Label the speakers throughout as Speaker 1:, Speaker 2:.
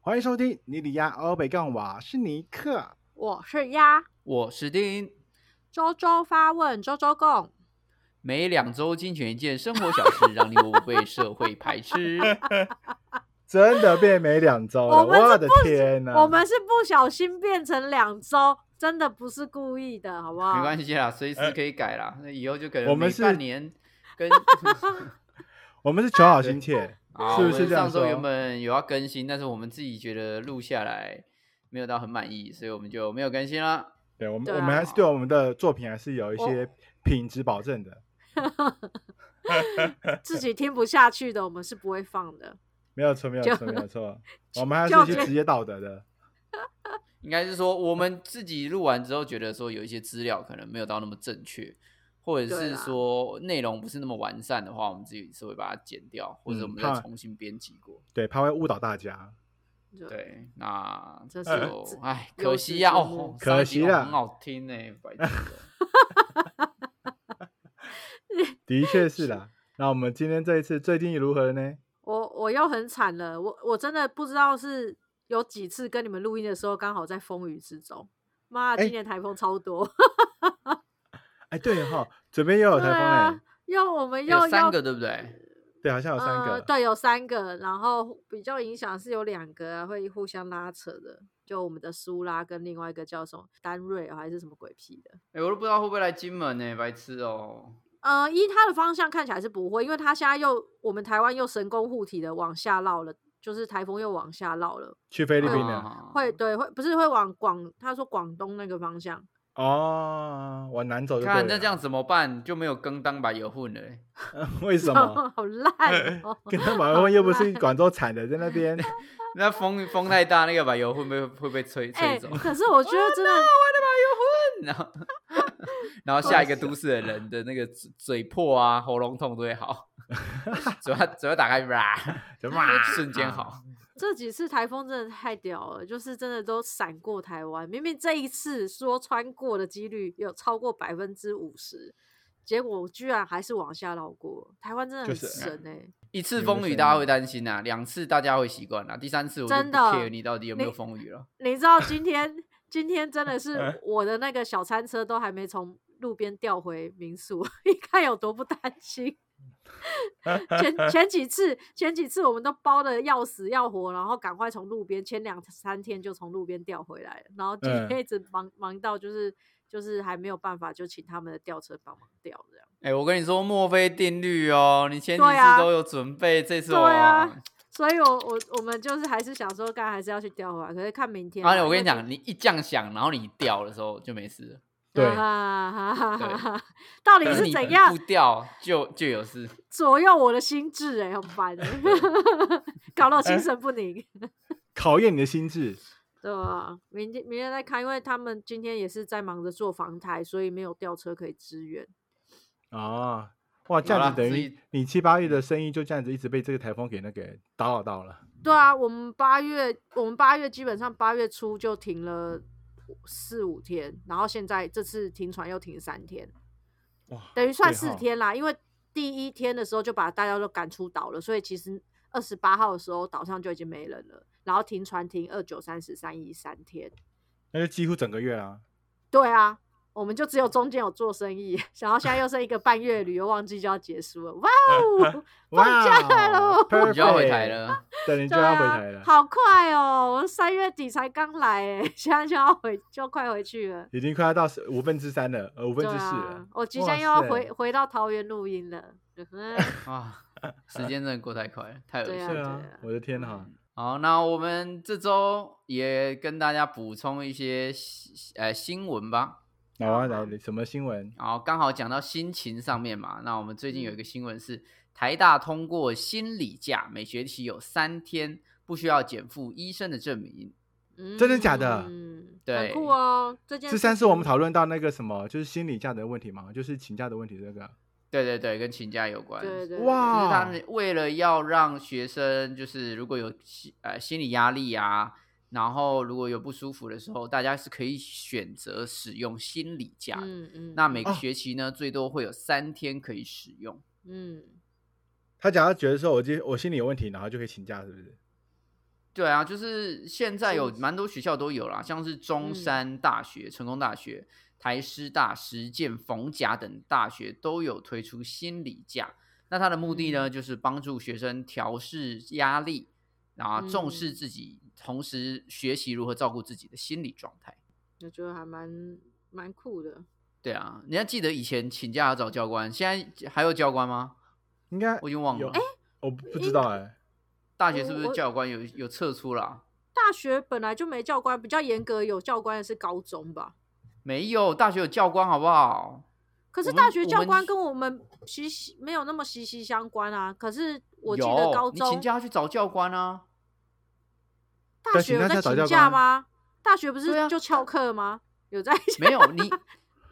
Speaker 1: 欢迎收听尼里亚欧北杠瓦，是尼克。
Speaker 2: 我是鸭，
Speaker 3: 我是丁，
Speaker 2: 周周发问，周周共。
Speaker 3: 每两周精选一件生活小事，让你我不被社会排斥。
Speaker 1: 真的变没两周了，
Speaker 2: 我们是
Speaker 1: 我的天
Speaker 3: 嗯
Speaker 1: 哪！
Speaker 2: 我们是不小心变成两周，真的不是故意的，好不好？
Speaker 3: 没关系啦，随时可以改啦。那以后就可
Speaker 1: 我
Speaker 3: 能
Speaker 1: 们
Speaker 3: 每
Speaker 1: 是
Speaker 3: 半年跟，
Speaker 1: 我们是求好心切，
Speaker 3: 啊
Speaker 1: 是不
Speaker 3: 我
Speaker 1: 是
Speaker 3: 们
Speaker 1: 这样
Speaker 3: 上周
Speaker 1: 说？
Speaker 3: 原本有要更新，但是我们自己觉得录下来没有到很满意，所以我们就没有更新啦。
Speaker 1: 对，我们
Speaker 2: 对啊
Speaker 1: 我们还是对我们的作品还是有一些
Speaker 2: 我
Speaker 1: 品质保证的。
Speaker 2: 自己听不下去的，我们是不会放的。
Speaker 1: 没有错，没有
Speaker 2: 就
Speaker 1: 错，没有错。 我们还是
Speaker 2: 就
Speaker 1: 一些职业道德的。
Speaker 3: 应该是说我们自己录完之后，觉得说有一些资料可能没有到那么正确，或者
Speaker 2: 对
Speaker 3: 是
Speaker 2: 啦
Speaker 3: 说内容不是那么完善的话，我们自己是会把它剪掉，或者我们再
Speaker 1: 怕
Speaker 3: 重新编辑过。
Speaker 1: 对，怕会误导大家。
Speaker 2: 就，
Speaker 3: 对，那
Speaker 2: 这是
Speaker 3: 就
Speaker 2: 自
Speaker 3: 哎，
Speaker 2: 优
Speaker 3: 可
Speaker 2: 质
Speaker 3: 惜呀、
Speaker 2: 节目
Speaker 3: 哦，
Speaker 1: 可
Speaker 3: 上一集
Speaker 1: 惜
Speaker 3: 哦
Speaker 1: 啦
Speaker 3: 很好听呢、白痴 哦
Speaker 1: 的确是 啦。那我们今天这一次最近如何呢？
Speaker 2: 我我又很惨了，我我真的不知道是有几次跟你们录音的时候，刚好在风雨之中。妈，
Speaker 1: 哎
Speaker 2: 今年台风超多，
Speaker 1: 哎，对哈，准备又
Speaker 3: 哦
Speaker 1: 有台风
Speaker 2: 对
Speaker 1: 哎、
Speaker 2: 啊，又我们又
Speaker 3: 有三
Speaker 2: 要
Speaker 3: 个对不对？
Speaker 1: 对，好像有三个。
Speaker 2: 呃，对，有三个，然后比较影响是有两个、啊、会互相拉扯的，就我们的苏拉跟另外一个叫什么丹瑞、哦、还是什么鬼屁的。
Speaker 3: 哎、我都不知道会不会来金门呢、白痴哦、
Speaker 2: 呃，依他的方向看起来是不会，因为他现在又我们台湾又神功护体的往下绕了，就是台风又往下绕了，
Speaker 1: 去菲律宾的
Speaker 3: 啊
Speaker 2: 会对会不是会往广，他说广东那个方向，
Speaker 1: 哦，往南走就对
Speaker 3: 看
Speaker 1: 了
Speaker 3: 那这样怎么办？就没有更当把油混了、欸。
Speaker 1: 为什么？ ，
Speaker 2: 好烂哦
Speaker 1: 跟他马婚又不是广州产的，在那 边
Speaker 3: 那风风太大，那个把油混被会被吹
Speaker 2: 哎、
Speaker 3: 吹走。
Speaker 2: 可是我觉得真的
Speaker 3: 然后 然后下一个都市的人的那个嘴嘴破啊、喉咙痛都会 好，嘴巴嘴巴打开，啪，
Speaker 1: 就啊哇，
Speaker 3: 瞬间好。
Speaker 2: 这几次台风真的太屌了，就是真的都闪过台湾。明明这一次说穿过的几率有超过百分之五十，结果居然还是往下绕过。台湾真的很
Speaker 1: 就是
Speaker 2: 神哎、
Speaker 3: 一次
Speaker 1: 有个
Speaker 3: 风
Speaker 1: 声
Speaker 3: 雨
Speaker 1: 音
Speaker 3: 大家会担心啊，两次大家会习惯啊啦，第三次我就
Speaker 2: 真
Speaker 3: 不
Speaker 2: 的
Speaker 3: care 你到底有没有
Speaker 2: 你
Speaker 3: 风雨了。
Speaker 2: 你知道今天今天真的是我的那个小餐车都还没从路边调回民宿， 你看有多不担心。前前几次前几次我们都包的要死要活，然后赶快从路边前两三天就从路边调回来了，然后今
Speaker 1: 嗯
Speaker 2: 天一直忙、忙到就是就是还没有办法，就请他们的吊车帮忙吊这样。
Speaker 3: 哎、我跟你说，墨菲定律哦，你前几
Speaker 2: 对啊
Speaker 3: 次都有准备，这次哦
Speaker 2: 对
Speaker 3: 我
Speaker 2: 啊所以我我我们就是还是想说，刚还是要去调回来，可是看明天啦。
Speaker 3: 啊而且我跟你
Speaker 2: 因为今
Speaker 3: 讲，你一这样想，然后你掉的时候就没事了，
Speaker 1: 对
Speaker 2: 啊 哈哈哈
Speaker 3: 对
Speaker 2: 哈哈到底
Speaker 3: 但
Speaker 2: 是
Speaker 3: 你
Speaker 2: 怎样
Speaker 3: 不掉就就有事。
Speaker 2: 左右我的心智、欸？哎，很 烦、欸，搞到
Speaker 1: 哎
Speaker 2: 我心神不宁。
Speaker 1: 考验你的心智。
Speaker 2: 对啊，明天明天再看，因为他们今天也是在忙着做房台，所以没有吊车可以支援。
Speaker 1: 哦，哇，这样
Speaker 3: 好
Speaker 1: 子
Speaker 3: 啦嗯
Speaker 1: 等
Speaker 3: 自
Speaker 1: 于
Speaker 3: 己
Speaker 1: 你七八月的生意就这样子一直被这个台风给那个打扰到了。
Speaker 2: 对啊，我们八月，我们八月基本上八月初就停了四五天，然后现在这次停船又停三天，
Speaker 1: 哇，
Speaker 2: 等于算
Speaker 1: 对
Speaker 2: 四
Speaker 1: 哈
Speaker 2: 天啦。因为第一天的时候就把大家都赶出岛了，所以其实二十八号的时候岛上就已经没人了，然后停船停二九、三十、三一三天。
Speaker 1: 那就几乎整个月啦。
Speaker 2: 对啊，我们就只有中间有做生意， 然后现在又剩一个半月旅游旺季就要结束了，哇哦，放假
Speaker 1: 哇
Speaker 2: 喽
Speaker 3: 你就要回
Speaker 1: perfect
Speaker 3: 台了，
Speaker 1: 对， 你就
Speaker 2: 对
Speaker 1: 要回台
Speaker 2: 啊
Speaker 1: 了，，
Speaker 2: 好快哦，我三月底才刚来哎， 现在就要回，就快回去了。
Speaker 1: 已经快要到十五分之三了，呃，五分
Speaker 2: 对
Speaker 1: 之四
Speaker 2: 啊
Speaker 1: 了，。
Speaker 2: 我即将
Speaker 1: 哇
Speaker 2: 又要
Speaker 1: 塞
Speaker 2: 回回到桃园录音了。嗯哼
Speaker 3: 啊，时间真的过太快了，太恶
Speaker 2: 对
Speaker 3: 心
Speaker 2: 啊
Speaker 1: 对
Speaker 3: 了。
Speaker 1: 啊
Speaker 2: 对啊，
Speaker 1: 我的
Speaker 3: 嗯
Speaker 1: 天哈，
Speaker 3: 好，那我们这周也跟大家补充一些呃新闻吧。
Speaker 1: 来啊，
Speaker 2: 好
Speaker 1: 来什么新闻？
Speaker 3: 然后刚好讲到心情上面嘛，那我们最近
Speaker 2: 嗯
Speaker 3: 有一个新闻是台大通过心理假，每学期有三天不需要减负医生的证明。
Speaker 2: 嗯
Speaker 1: 真的假的
Speaker 2: 嗯，
Speaker 3: 对
Speaker 2: 很酷哦。这件
Speaker 1: 这
Speaker 2: 事
Speaker 1: 三是我们
Speaker 2: 情
Speaker 1: 讨论到那个什么，就是心理价值的问题嘛，就是请假的问题这个。
Speaker 3: 对对对，跟请假有关。
Speaker 2: 对哦对
Speaker 1: 哇
Speaker 3: 就是他们为了要让学生，就是如果有心呃心理压力啊，然后如果有不舒服的时候，大家是可以选择使用心理假的。
Speaker 2: 对嗯嗯，
Speaker 3: 那每个
Speaker 1: 哦
Speaker 3: 学期呢，最多会有三天可以使用。
Speaker 2: 嗯
Speaker 1: 他假如觉得说我今我心里有问题，然后就可以请假，是不是？
Speaker 3: 对啊，就是现在有
Speaker 2: 是
Speaker 3: 蛮多学校都有啦，像是中
Speaker 2: 嗯
Speaker 3: 山大学、成功大学、台师大、实践、逢甲等大学都有推出心理假。那它的目的
Speaker 2: 嗯
Speaker 3: 呢，就是帮助学生调试压力，然后重视
Speaker 2: 嗯
Speaker 3: 自己，同时学习如何照顾自己的心理状态。
Speaker 2: 我觉得还蛮蛮酷的。
Speaker 3: 对啊，你还记得以前请假要找教官，现在还有教官吗？
Speaker 1: 应该
Speaker 3: 我已经忘
Speaker 1: 有
Speaker 2: 哎
Speaker 3: 了。
Speaker 1: 我不不知道哎、
Speaker 3: 大学是不
Speaker 2: 我
Speaker 3: 是
Speaker 2: 我
Speaker 3: 教官有有撤出啦、
Speaker 2: 大学本来就没教官，比较严格有教官的是高中吧。
Speaker 3: 没有，大学有教官好不好？
Speaker 2: 可是
Speaker 3: 我们
Speaker 2: 大学教
Speaker 3: 我
Speaker 2: 官
Speaker 3: 们
Speaker 2: 跟我们息息没有那么息息相关啊。可是我记
Speaker 3: 有，
Speaker 2: 得高
Speaker 3: 你
Speaker 2: 中
Speaker 3: 请假要去找教官啊。
Speaker 2: 大
Speaker 1: 对
Speaker 2: 学
Speaker 1: 请假
Speaker 2: 有在
Speaker 1: 是找
Speaker 2: 请
Speaker 1: 教
Speaker 2: 假
Speaker 1: 官
Speaker 2: 吗？大学不
Speaker 3: 对
Speaker 2: 是
Speaker 3: 啊
Speaker 2: 就翘课吗？有在
Speaker 3: 没有 你，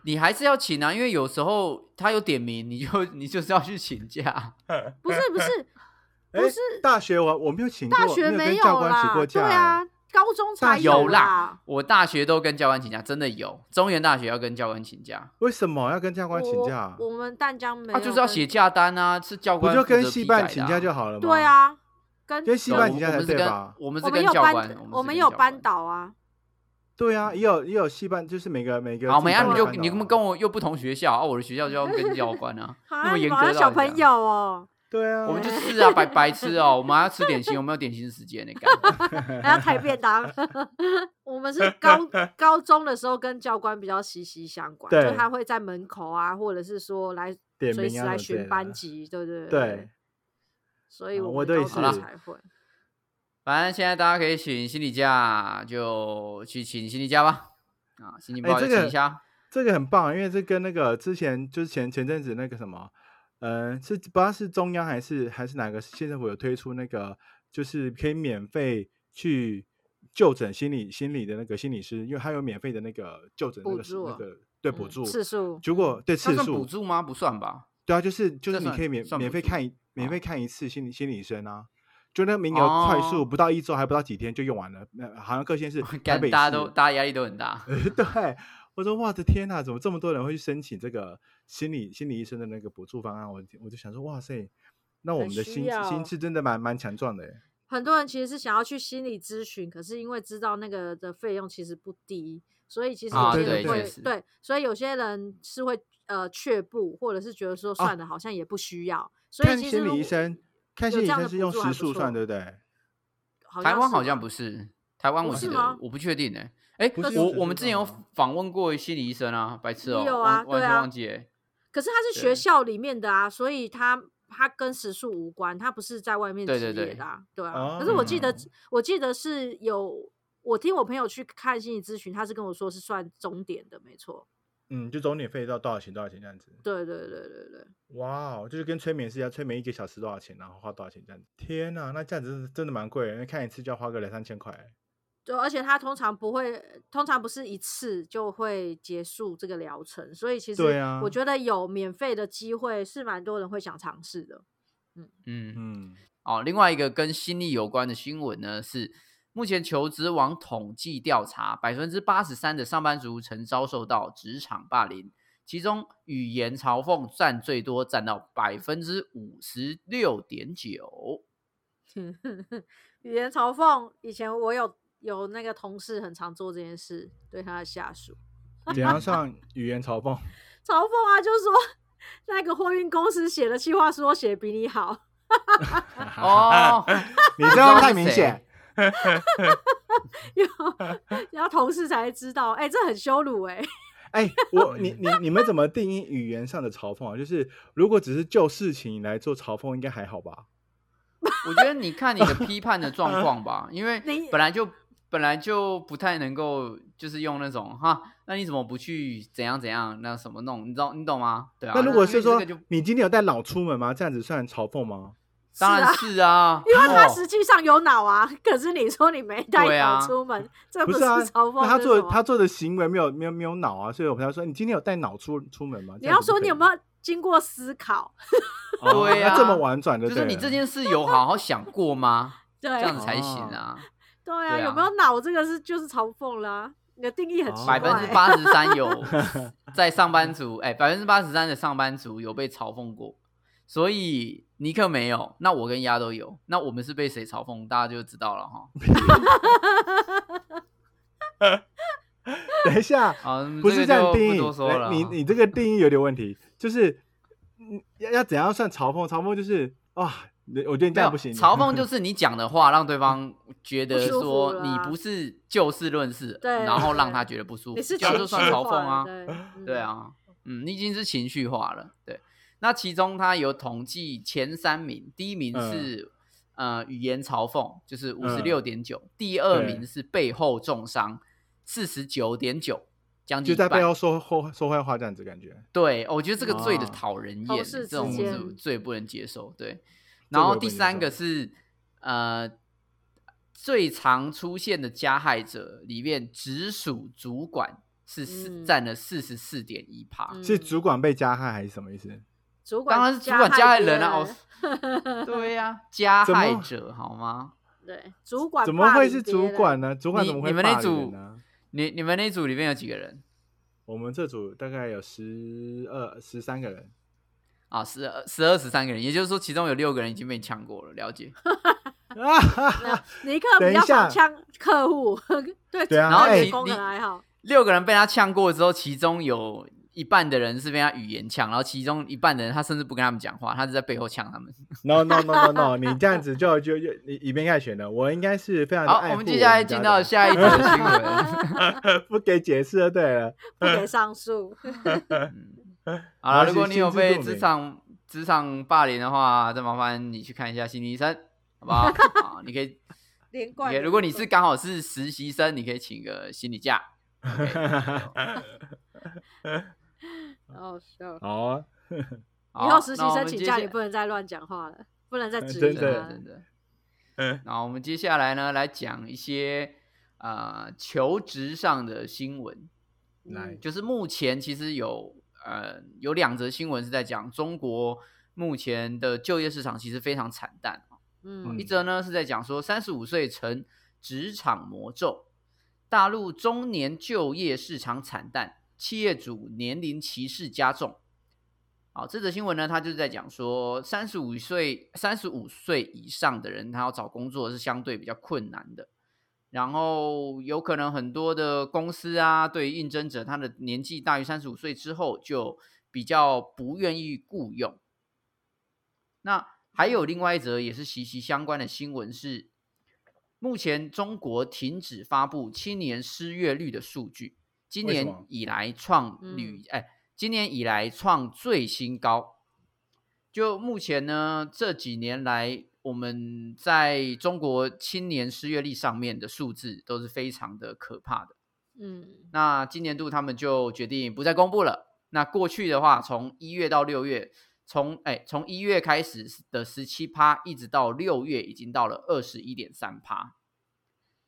Speaker 3: 你还是要请啊，因为有时候他有点名，你就你就是要去请 假。
Speaker 2: 不是 不是不
Speaker 1: 哎
Speaker 2: 是
Speaker 1: 大学我我没有请过，
Speaker 2: 大学
Speaker 1: 没有跟
Speaker 2: 没
Speaker 1: 教官请
Speaker 2: 啦，
Speaker 1: 过
Speaker 2: 对
Speaker 1: 假、
Speaker 2: 啊
Speaker 1: 哎，，
Speaker 2: 高中
Speaker 1: 大
Speaker 2: 才
Speaker 1: 学
Speaker 3: 有
Speaker 2: 啦
Speaker 3: 啦。我大学都跟教官请假，真的有。中原大学要跟教官请假，
Speaker 1: 为什么要跟教官请假？啊
Speaker 2: 我我们淡江没
Speaker 3: 他、
Speaker 2: 有，
Speaker 3: 就是要写。假单啊，是教
Speaker 1: 不
Speaker 3: 官
Speaker 1: 就跟
Speaker 3: 负责
Speaker 1: 戏
Speaker 3: 批改
Speaker 1: 办请
Speaker 3: 的
Speaker 1: 假就
Speaker 3: 啊。
Speaker 1: 好了吗？
Speaker 2: 对，啊，跟
Speaker 1: 跟戏
Speaker 3: 有
Speaker 1: 办
Speaker 3: 我
Speaker 1: 请假才
Speaker 3: 们是
Speaker 1: 对
Speaker 3: 跟
Speaker 1: 吧？
Speaker 3: 我们
Speaker 2: 我
Speaker 3: 是
Speaker 2: 们
Speaker 3: 跟
Speaker 2: 有
Speaker 3: 教官
Speaker 2: 班，，
Speaker 3: 我
Speaker 2: 我
Speaker 3: 们
Speaker 2: 们
Speaker 3: 是
Speaker 2: 有
Speaker 3: 跟教官
Speaker 2: 班。导啊。，
Speaker 1: 对啊，也有也有戏办，就是每个每个
Speaker 3: 好，
Speaker 1: 自己
Speaker 3: 没啊，
Speaker 1: 班
Speaker 3: 你
Speaker 1: 的
Speaker 3: 就
Speaker 1: 班
Speaker 3: 你
Speaker 1: 导
Speaker 3: 们
Speaker 1: 啊
Speaker 3: 跟我又不同学校啊，我的学校就要跟教官啊 那
Speaker 2: 啊，
Speaker 3: 么
Speaker 2: 你
Speaker 3: 严
Speaker 2: 们
Speaker 3: 格
Speaker 2: 好像
Speaker 3: 到
Speaker 2: 小
Speaker 3: 底
Speaker 2: 朋
Speaker 3: 怎样
Speaker 2: 友哦，
Speaker 1: 对啊，
Speaker 3: 我们就是啊，白白痴哦，我们还要吃点心，我们有点心时间呢、干
Speaker 2: 还要抬 便当。我们是高高中的时候跟教官比较息息相关，就
Speaker 1: 对
Speaker 2: 他会在门口啊，或者是说来
Speaker 1: 点
Speaker 2: 随
Speaker 1: 名
Speaker 2: 时
Speaker 1: 啊
Speaker 2: 来
Speaker 1: 什么之类
Speaker 2: 巡
Speaker 1: 的
Speaker 2: 班级，对对
Speaker 1: 对，
Speaker 2: 所以
Speaker 1: 啊
Speaker 2: 我
Speaker 1: 我
Speaker 2: 们
Speaker 1: 的也
Speaker 2: 高中
Speaker 3: 是
Speaker 2: 才会。
Speaker 3: 反正现在大家可以请心理假，就去请心理假吧。啊，心情不
Speaker 1: 哎
Speaker 3: 好就
Speaker 1: 这个
Speaker 3: 请一下。
Speaker 1: 这个很棒，因为这跟那个之前就是前前阵子那个什么，呃，是不知道是中央还是还是哪个县政府有推出那个，就是可以免费去就诊心理心理的那个心理师，因为他有免费的那个就诊那
Speaker 2: 补
Speaker 1: 个是
Speaker 2: 助
Speaker 1: 那
Speaker 2: 啊
Speaker 1: 个对补
Speaker 2: 嗯
Speaker 1: 助，
Speaker 2: 次数
Speaker 1: 结果对
Speaker 3: 他
Speaker 1: 次
Speaker 3: 嗯算补
Speaker 1: 数，
Speaker 3: 助吗？不算吧。
Speaker 1: 对啊，就是就是
Speaker 3: 这
Speaker 1: 你
Speaker 3: 算
Speaker 1: 可以免
Speaker 3: 算
Speaker 1: 免
Speaker 3: 补
Speaker 1: 费
Speaker 3: 助
Speaker 1: 看一免
Speaker 3: 哦
Speaker 1: 费看一次心理心理医生啊。就那名额快速，
Speaker 3: 哦
Speaker 1: 不到一周，还不到几天就用完了。那好像各县 市台
Speaker 3: 干
Speaker 1: 北，
Speaker 3: 大家
Speaker 1: 市
Speaker 3: 都大家压力都很大。
Speaker 1: 对，我说哇，的天呐，怎么这么多人会去申请这个心理心理医生的那个补助方案？我我就想说，哇塞，那我
Speaker 2: 很
Speaker 1: 们的
Speaker 2: 需
Speaker 1: 心智
Speaker 2: 要
Speaker 1: 心智真的蛮蛮强壮的耶。欸
Speaker 2: 很多人其实是想要去心理咨询，可是因为知道那个的费用其实不低，所以其实有
Speaker 1: 啊
Speaker 2: 些
Speaker 1: 对
Speaker 2: 人
Speaker 1: 对
Speaker 2: 会、
Speaker 1: 确
Speaker 3: 实
Speaker 2: 所以有些人是会呃却步，或者是觉得说算了，好像也不需要。所以
Speaker 1: 哦看
Speaker 2: 其实
Speaker 1: 心理医生，看
Speaker 2: 有
Speaker 1: 心理医
Speaker 2: 这样
Speaker 1: 生
Speaker 2: 的
Speaker 1: 是
Speaker 2: 补
Speaker 1: 用
Speaker 2: 助还
Speaker 1: 时
Speaker 2: 不
Speaker 1: 数算，
Speaker 2: 错
Speaker 1: 对不对？
Speaker 2: 好
Speaker 3: 台湾好
Speaker 2: 是
Speaker 3: 像
Speaker 2: 吧哦
Speaker 3: 不是，台湾我
Speaker 1: 不
Speaker 3: 记
Speaker 1: 是
Speaker 3: 得
Speaker 2: 吗
Speaker 3: 我不确定呢。哎
Speaker 1: 不
Speaker 2: 是，哦
Speaker 3: 我
Speaker 1: 用
Speaker 3: 我们之前有
Speaker 1: 时数吗
Speaker 3: 访问过心理医生啊，白痴哦，
Speaker 2: 也有啊
Speaker 3: 忘完
Speaker 2: 对
Speaker 3: 全
Speaker 2: 啊
Speaker 3: 忘记哎。
Speaker 2: 可是他是学
Speaker 3: 对
Speaker 2: 校里面的啊，所以他他跟时数无关，他不是在外面
Speaker 3: 对对
Speaker 2: 职
Speaker 3: 对嗯
Speaker 2: 业的、啊，对啊。可是我记得
Speaker 1: 哦，
Speaker 2: 我记得是有，我听我朋友去看心理咨询，他是跟我说是算终点的，没错。
Speaker 1: 嗯，就总点费到多少钱多少钱这样子。
Speaker 2: 对对对对对，
Speaker 1: 哇哦，就是跟催眠是一样，催眠一个小时多少钱，然后花多少钱这样子。天呐，那这样子真的真的蛮贵的，那看一次就要花个两三千块。欸
Speaker 2: 对，而且他通常不会，通常不是一次就会结束这个疗程，所以其实
Speaker 1: 对啊
Speaker 2: 我觉得有免费的机会是蛮多人会想尝试的。
Speaker 3: 嗯，
Speaker 1: 嗯，
Speaker 3: 哦，另外一个跟心力有关的新闻呢是，目前求职网统计调查，百分之八十三的上班族曾遭受到职场霸凌，其中语言嘲讽占最多，占到百分之五十六点 九。
Speaker 2: 语言嘲讽，以前我有有那个同事很常做这件事，对他的下属。嗯
Speaker 1: 怎样上语言嘲讽？
Speaker 2: 嘲讽啊，就是说那个货运公司写的计划书我写得比你好，
Speaker 3: 哦，
Speaker 1: 啊你这样太明 显。
Speaker 2: 然后然后同事才知道，哎、这很羞辱哎、
Speaker 1: 哎、我你你你们怎么定义语言上的嘲讽啊？就是如果只是就事情来做嘲讽，应该还好吧？
Speaker 3: 我觉得你看你的批判的状况吧，因为
Speaker 2: 你
Speaker 3: 本来就本来就不太能够，就是用那种哈，那你怎么不去怎样怎样，那什么弄，你知道你懂吗？对啊，
Speaker 1: 那如果
Speaker 3: 因
Speaker 1: 是
Speaker 3: 为这
Speaker 1: 说
Speaker 3: 个就
Speaker 1: 你今天有带脑出门吗？这样子算嘲讽吗？
Speaker 3: 当
Speaker 2: 是啊
Speaker 3: 然是啊，
Speaker 2: 因为他
Speaker 3: 哦
Speaker 2: 实际上有脑啊，可是你说你没带
Speaker 3: 对啊
Speaker 2: 脑出门，这
Speaker 1: 不
Speaker 2: 是
Speaker 1: 是啊，
Speaker 2: 嘲讽、
Speaker 1: 那他
Speaker 2: 这是
Speaker 1: 做
Speaker 2: 什么
Speaker 1: 他做的行为没有没有没有脑啊，所以我们才说你今天有带脑出出门吗？
Speaker 2: 你要说你有没
Speaker 1: 有？
Speaker 2: 有经过思考？
Speaker 1: 哦
Speaker 3: 对
Speaker 1: 那
Speaker 3: 啊
Speaker 1: 这么婉转的，
Speaker 3: 就是你这件事有好好想过吗？
Speaker 2: 对
Speaker 3: 这样子
Speaker 2: 啊，
Speaker 3: 才行啊。
Speaker 2: 对啊，
Speaker 3: 对啊
Speaker 2: 有没有脑这个是就是嘲讽啦。你的定义很
Speaker 1: 哦
Speaker 2: 奇怪、
Speaker 3: 百分之
Speaker 2: 欸，
Speaker 3: 八十 三有在上班族，哎、百分之八十三的上班族有被嘲讽过，所以尼克没有，那我跟丫都有，那我们是被谁嘲讽，大家就知道了哈。
Speaker 1: 等 一下，
Speaker 3: 啊，
Speaker 1: 不是这样
Speaker 3: 个就
Speaker 1: 定
Speaker 3: 不
Speaker 1: 义
Speaker 3: 多，说
Speaker 1: 来
Speaker 3: 了啊哈。
Speaker 1: 你你这个定义有点问题，就是嗯要要怎样算嘲讽？嘲讽就是哇，你我觉得你
Speaker 3: 没
Speaker 1: 这
Speaker 3: 有
Speaker 1: 样不行。
Speaker 3: 嘲讽就是你讲的话让对方觉得
Speaker 2: 不舒服
Speaker 3: 说
Speaker 2: 啦
Speaker 3: 你不是就事论事，
Speaker 2: 对
Speaker 3: 然后让
Speaker 2: 对
Speaker 3: 他觉得不舒服，
Speaker 2: 你是
Speaker 3: 这样就
Speaker 2: 情
Speaker 3: 算
Speaker 2: 绪
Speaker 3: 嘲讽
Speaker 2: 化了
Speaker 3: 啊。
Speaker 2: 对嗯
Speaker 3: 对啊，嗯，你已经是情绪化了。对，那其中他有统计前三名，第一名
Speaker 1: 嗯
Speaker 3: 是、呃语言嘲讽，就是五十六点九，第二名
Speaker 1: 对
Speaker 3: 是背后重伤，四十九点九，将近
Speaker 1: 就
Speaker 3: 一
Speaker 1: 在背
Speaker 3: 半
Speaker 1: 后哦说后说坏话这样子感觉。
Speaker 3: 对，哦我觉得这个最的
Speaker 1: 哇
Speaker 3: 讨人厌
Speaker 2: 同
Speaker 3: 了，这
Speaker 2: 事之
Speaker 3: 种
Speaker 1: 间
Speaker 3: 是最不能接受。对，
Speaker 1: 这
Speaker 3: 然
Speaker 1: 我
Speaker 3: 后
Speaker 1: 也
Speaker 3: 第
Speaker 1: 不能接
Speaker 3: 三
Speaker 1: 受
Speaker 3: 个是呃，最常出现的加害者里面，直属主管是四、
Speaker 2: 嗯
Speaker 3: 占了四十四点一趴。
Speaker 2: 嗯
Speaker 1: 是主管被加害还是什么意思？
Speaker 2: 主管
Speaker 3: 当然是主管加害人啊！
Speaker 2: 别
Speaker 3: 哦， 对呀、加
Speaker 1: 怎么
Speaker 3: 害者好吗？
Speaker 2: 对，主管
Speaker 1: 怎么会是
Speaker 2: 霸凌别
Speaker 1: 主
Speaker 2: 人
Speaker 1: 管？呢？主管
Speaker 3: 你
Speaker 1: 怎么
Speaker 3: 你
Speaker 1: 会
Speaker 3: 们那
Speaker 1: 霸凌人
Speaker 3: 组
Speaker 1: 呢？
Speaker 3: 你你们那组里面有几个人
Speaker 1: 我们这组大概有十二、十三个 人，
Speaker 3: 啊？十二十二十三个人，也就是说其中有六个人已经被你呛过了。了解。
Speaker 1: 啊哈
Speaker 2: 没
Speaker 1: 哈
Speaker 2: 有尼克
Speaker 1: 等
Speaker 2: 比
Speaker 1: 一
Speaker 2: 较
Speaker 1: 下
Speaker 2: 反呛客户， 对
Speaker 1: 对啊
Speaker 2: 主管
Speaker 1: 然后
Speaker 2: 员
Speaker 1: 你
Speaker 2: 工可
Speaker 3: 你
Speaker 2: 能还好。
Speaker 3: 六个人被他呛过之后，其中有一半的人是被他语言呛，然后其中一半的人他甚至不跟他们讲话，他是在背后呛他们。
Speaker 1: ！No No No No No！你这 样子就就就你以偏概全了。我应该是非常的
Speaker 3: 好，
Speaker 1: 爱护
Speaker 3: 我们接下来进到
Speaker 1: 家
Speaker 3: 下一则新 闻。
Speaker 1: 的不给解释就 对了。
Speaker 2: 不给上诉，
Speaker 3: 嗯好了，
Speaker 1: 好
Speaker 3: 如果你有
Speaker 1: 心知肚
Speaker 3: 被
Speaker 1: 明
Speaker 3: 职场职场霸凌的话，再麻烦你去看一下心理医生，好不 好？啊，你可以，
Speaker 2: 连
Speaker 3: 你
Speaker 2: 贯
Speaker 3: 可以
Speaker 2: 的。
Speaker 3: 如果你是刚好是实习生，你可以请个心理假。
Speaker 2: 哦，是哦
Speaker 1: 好 啊，
Speaker 3: 好
Speaker 2: 以后实习
Speaker 3: 那我
Speaker 2: 生
Speaker 3: 们
Speaker 2: 请
Speaker 3: 接
Speaker 2: 假，
Speaker 3: 下
Speaker 2: 你不能再乱讲话了，不能再
Speaker 1: 嗯
Speaker 2: 质疑
Speaker 1: 真
Speaker 3: 真
Speaker 2: 他
Speaker 1: 的
Speaker 3: 的
Speaker 2: 了。
Speaker 3: 真的。
Speaker 1: 嗯
Speaker 3: 那我们接下来呢，来讲一些呃求职上的新闻。
Speaker 1: 来
Speaker 2: 嗯，
Speaker 3: 就是目前其实有呃有两则新闻是在讲中国目前的就业市场其实非常惨淡哦、
Speaker 2: 嗯
Speaker 3: 一则呢是在讲说三十五岁成职场魔咒，大陆中年就业市场惨淡，企业主年龄歧视加重。好，这则新闻呢，它就是在讲说，三十五岁、三十五岁以上的人，他要找工作是相对比较困难的。然后有可能很多的公司啊，对于应征者他的年纪大于三十五岁之后，就比较不愿意雇佣。那还有另外一则也是息息相关的新闻是，目前中国停止发布青年失业率的数据，今
Speaker 1: 为什
Speaker 3: 年
Speaker 1: 么
Speaker 3: 以来创屡哎、今年以来创最新高。就目前呢，这几年来我们在中国青年失业率上面的数字都是非常的可怕的。
Speaker 2: 嗯
Speaker 3: 那今年度他们就决定不再公布了。那过去的话，从一月到六月，从哎从一月开始的十七趴，一直到六月已经到了二十一点三趴，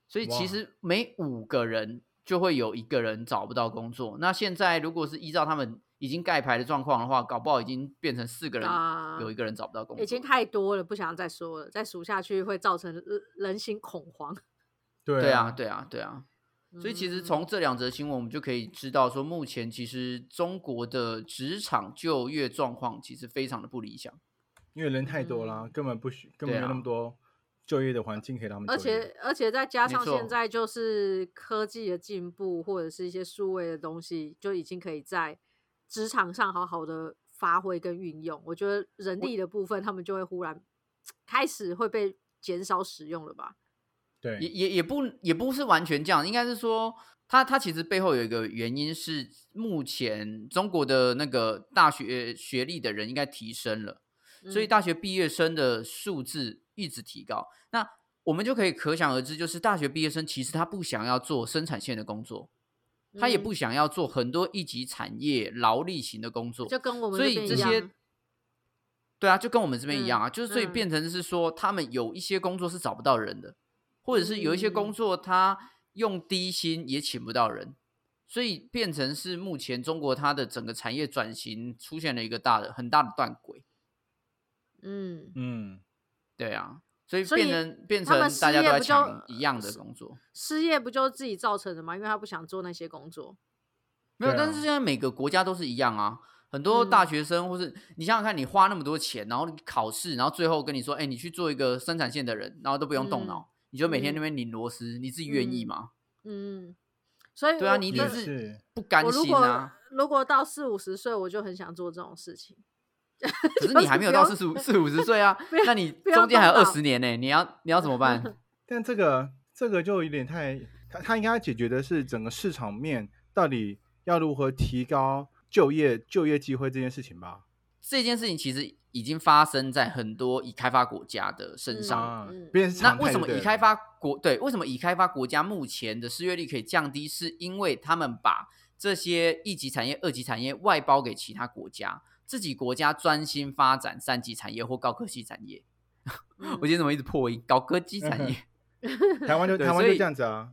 Speaker 3: 所以其
Speaker 1: 哇
Speaker 3: 实每五个人就会有一个人找不到工作。那现在如果是依照他们已经盖牌的状况的话，搞不好已经变成四个人、
Speaker 2: 啊
Speaker 3: 有一个人找不到工作，
Speaker 2: 已经太多了，不想再说了，再数下去会造成人人心恐慌。
Speaker 1: 对
Speaker 3: 对啊，对啊对啊。所以其实
Speaker 2: 嗯
Speaker 3: 从这两则新闻，我们就可以知道说，目前其实中国的职场就业状况其实非常的不理想。
Speaker 1: 因为人太多
Speaker 2: 嗯
Speaker 1: 啦，根本不需，根
Speaker 3: 对
Speaker 1: 本
Speaker 3: 啊
Speaker 1: 没有那么多就业的环境可以让他们
Speaker 2: 而
Speaker 1: 就业。
Speaker 2: 且而且再加
Speaker 3: 没
Speaker 2: 上现
Speaker 3: 错
Speaker 2: 在就是科技的进步，或者是一些数位的东西，就已经可以在职场上好好的发挥跟运用。我觉得人力的部分，他们就会忽然开始会被减少使用了吧？
Speaker 3: 也
Speaker 1: 对，
Speaker 3: 也也不也不是完全这样，应该是说它它其实背后有一个原因是，目前中国的那个大学学历的人应该提升了，所以
Speaker 2: 嗯
Speaker 3: 大学毕业生的数字一直提高。那我们就可以可想而知，就是大学毕业生其实他不想要做生产线的工作，他也
Speaker 2: 嗯
Speaker 3: 不想要做很多一级产业劳力型的工作，
Speaker 2: 就跟我们
Speaker 3: 所
Speaker 2: 这
Speaker 3: 以
Speaker 2: 边
Speaker 3: 这
Speaker 2: 一样
Speaker 3: 些，对啊，就跟我们这边一样
Speaker 2: 嗯
Speaker 3: 啊，就是所以
Speaker 2: 嗯
Speaker 3: 变成是说，他们有一些工作是找不到人的，或者是有一些
Speaker 2: 嗯
Speaker 3: 工作他用低薪也请不到人，所以变成是目前中国它的整个产业转型出现了一个大的很大的断轨，
Speaker 2: 嗯，
Speaker 1: 嗯，
Speaker 3: 对啊，所以
Speaker 2: 所以
Speaker 3: 变成变
Speaker 2: 他
Speaker 3: 成
Speaker 2: 们
Speaker 3: 大家
Speaker 2: 失业
Speaker 3: 都在
Speaker 2: 不就
Speaker 3: 抢一样的工作，
Speaker 2: 失业不就是自己造成的吗？因为他不想做那些工作。
Speaker 3: 没有，
Speaker 1: 对啊
Speaker 3: 但是现在每个国家都是一样啊。很多
Speaker 2: 嗯
Speaker 3: 大学生，或是你想想看，你花那么多钱，然后你考试，然后最后跟你说，哎，你去做一个生产线的人，然后都不用动
Speaker 2: 嗯
Speaker 3: 脑，你就每天
Speaker 2: 嗯
Speaker 3: 那边拧螺丝，你自己愿意
Speaker 2: 嗯
Speaker 3: 吗？
Speaker 2: 嗯，所以
Speaker 3: 对啊，
Speaker 2: 我
Speaker 3: 你一
Speaker 1: 也
Speaker 3: 定
Speaker 2: 那
Speaker 1: 是
Speaker 3: 不甘
Speaker 2: 我如
Speaker 3: 心
Speaker 2: 果、
Speaker 3: 啊。
Speaker 2: 如果到四五十岁，我就很想做这种事情。
Speaker 3: 可是
Speaker 2: 就
Speaker 3: 你
Speaker 2: 是
Speaker 3: 还没有
Speaker 2: 不
Speaker 3: 到
Speaker 2: 要
Speaker 3: 四十五四五十岁啊
Speaker 2: 不要，
Speaker 3: 那你
Speaker 2: 不要
Speaker 3: 中间还有
Speaker 2: 动
Speaker 3: 二
Speaker 2: 脑
Speaker 3: 十年呢，你要你要怎么 办？
Speaker 1: 但这个这个就有点太，他他应该解决的是整个市场面到底要如何提高就业就业机会这件事情吧。
Speaker 3: 这件事情其实已经发生在很多已开发国家的身上了。
Speaker 1: 啊
Speaker 2: 嗯，
Speaker 1: 别人是
Speaker 3: 那
Speaker 1: 常态
Speaker 3: 为什么
Speaker 1: 就对
Speaker 3: 已
Speaker 1: 了
Speaker 3: 开发国对？为什么已开发国家目前的失业率可以降低？是因为他们把这些一级产业、二级产业外包给其他国家，自己国家专心发展三级产业或高科技产业。
Speaker 2: 嗯
Speaker 3: 我今天怎么一直破音？嗯高科技产业。
Speaker 1: 台湾就
Speaker 3: 对
Speaker 1: 台湾
Speaker 3: 所
Speaker 1: 就
Speaker 3: 以
Speaker 1: 这样子啊？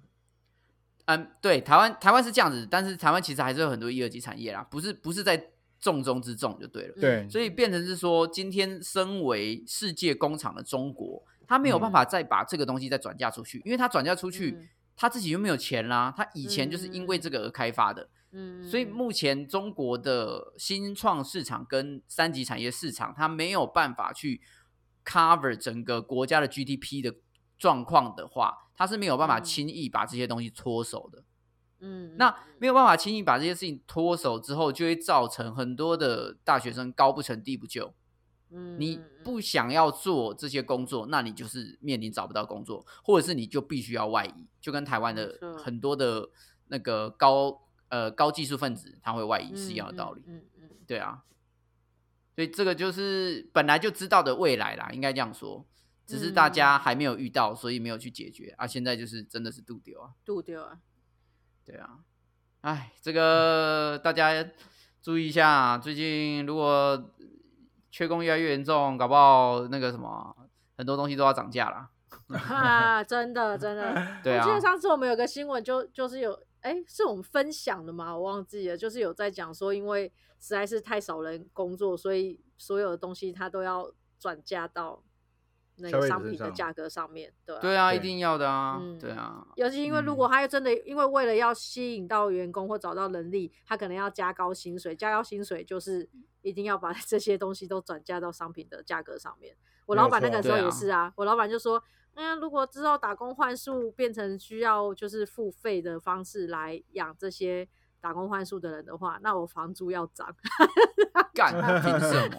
Speaker 3: 嗯，对，台湾台湾是这样子，但是台湾其实还是有很多一二级产业啦，不是不是在重中之重就对了。
Speaker 1: 对，
Speaker 3: 嗯所以变成是说，今天身为世界工厂的中国，它没有办法再把这个东西再转嫁出去，因为它转嫁出去
Speaker 2: 嗯，
Speaker 3: 它自己又没有钱啦，它以前就是因为这个而开发的，
Speaker 2: 嗯，
Speaker 3: 所以
Speaker 2: 嗯
Speaker 3: 目前中国的新创市场跟三级产业市场，它没有办法去 cover 整个国家的 GDP 的状况的话，它是没有办法
Speaker 2: 嗯
Speaker 3: 轻易把这些东西脱手的。
Speaker 2: 嗯，
Speaker 3: 那没有办法轻易把这些事情脱手之后，就会造成很多的大学生高不成低不就。
Speaker 2: 嗯
Speaker 3: 你不想要做这些工作，那你就是面临找不到工作，或者是你就必须要外移，就跟台湾
Speaker 2: 没
Speaker 3: 的
Speaker 2: 错
Speaker 3: 很多的那个高呃高技术分子他会外移是一样的道理，
Speaker 2: 嗯嗯嗯
Speaker 3: 对啊，所以这个就是本来就知道的未来啦，应该这样说，只是大家
Speaker 2: 嗯
Speaker 3: 还没有遇到，所以没有去解决啊，现在就是真的是渡丢啊，
Speaker 2: 度丢啊，
Speaker 3: 对啊，哎，这个大家注意一下，最近如果缺工越来越严重，搞不好那个什么很多东西都要涨价啦。
Speaker 2: 啊，真的真的。
Speaker 3: 嗯 对
Speaker 2: 我
Speaker 3: 啊
Speaker 2: 记，得上次我们有哦个新闻就，就是有，哎，是我们分享的吗？我忘记了，就是有在讲说，因为实在是太少人工作，所以所有的东西它都要转嫁到那
Speaker 1: 消
Speaker 2: 个
Speaker 1: 费者
Speaker 2: 商
Speaker 1: 身
Speaker 2: 品的
Speaker 1: 上
Speaker 2: 价格上面，对啊
Speaker 3: 对啊，
Speaker 1: 对
Speaker 3: 一定要的啊，
Speaker 2: 嗯
Speaker 3: 对啊，
Speaker 2: 尤其因为如
Speaker 3: 嗯
Speaker 2: 果他真的因为为了要吸引到员工或找到人力，他可能要加高薪水，加高薪水就是
Speaker 3: 嗯
Speaker 2: 一定要把 这些东西都转嫁到商品的价格上面。我
Speaker 1: 没有
Speaker 2: 老板那
Speaker 1: 错
Speaker 2: 个时候
Speaker 3: 对啊
Speaker 2: 也是啊，我老板就说，嗯，如果之后打工换宿变成需要就是付费的方式来养这些打工换宿的人的话，那我房租要涨，啊
Speaker 3: 干凭什 么？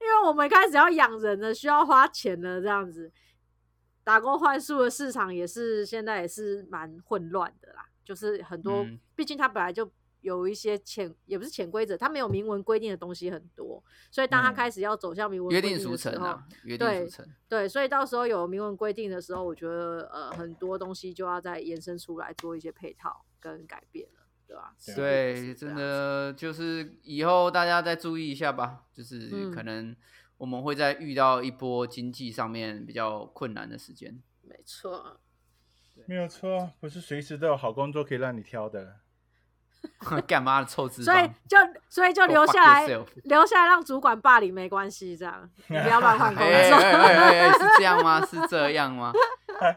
Speaker 2: 因为我们开始要养人了，需要花钱了，这样子。打工换宿的市场也是现在也是蛮混乱的啦，就是很多
Speaker 3: 嗯，
Speaker 2: 毕、竟它本来就有一些潜，也不是潜规则，它没有明文规定的东西很多，所以当它
Speaker 1: 嗯
Speaker 2: 开始要走向明文
Speaker 3: 约
Speaker 2: 规
Speaker 3: 定
Speaker 2: 定
Speaker 3: 俗
Speaker 2: 的时
Speaker 3: 成
Speaker 2: 候，
Speaker 3: 啊，约定俗
Speaker 2: 对
Speaker 3: 成。
Speaker 2: 对，所以到时候有明文规定的时候，我觉得呃很多东西就要再延伸出来做一些配套跟改变了，对吧、
Speaker 1: 对啊
Speaker 3: 对，真，的就是以后大家再注意一下吧，就是
Speaker 2: 嗯
Speaker 3: 可能我们会再遇到一波经济上面比较困难的时间。
Speaker 2: 没错。
Speaker 1: 没有错，不是随时都有好工作可以让你挑的。
Speaker 3: 干嘛的臭资
Speaker 2: 所以
Speaker 3: 方？
Speaker 2: 就所以就
Speaker 3: Go
Speaker 2: 留
Speaker 3: fuck
Speaker 2: 下来
Speaker 3: yourself，
Speaker 2: 留下来让主管霸凌没关系，这样你不要乱换 工
Speaker 3: 哎哎
Speaker 2: 作。
Speaker 3: 哎哎哎，是这样吗？是这样吗？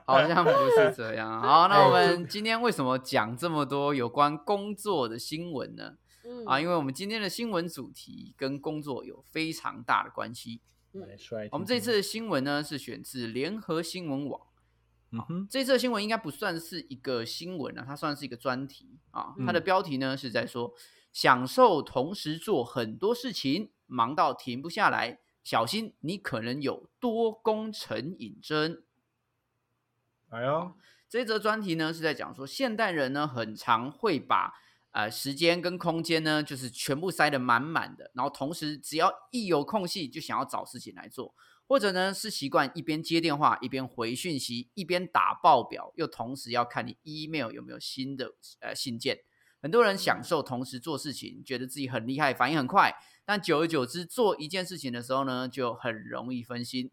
Speaker 3: 好像不是这样。啊好，那我们今天为什么讲这么多有关工作的新闻呢？
Speaker 2: 嗯
Speaker 3: 啊，因为我们今天的新闻主题跟工作有非常大的关系。
Speaker 1: 来说来听听
Speaker 3: 我们这次，的新闻呢是选自联合新闻网，
Speaker 1: 嗯哼，
Speaker 3: 这次的新闻应该不算是一个新闻啊，它算是一个专题啊。它的
Speaker 1: 嗯
Speaker 3: 标题呢是在说享受同时做很多事情，忙到停不下来，小心你可能有多功成瘾症。
Speaker 1: 哎呦，
Speaker 3: 这则专题呢是在讲说，现代人呢很常会把呃时间跟空间呢，就是全部塞得满满的，然后同时只要一有空隙就想要找事情来做，或者呢是习惯一边接电话一边回讯息，一边打报表，又同时要看你 email 有没有新的呃信件。很多人享受同时做事情，觉得自己很厉害，反应很快，但久而久之做一件事情的时候呢，就很容易分心。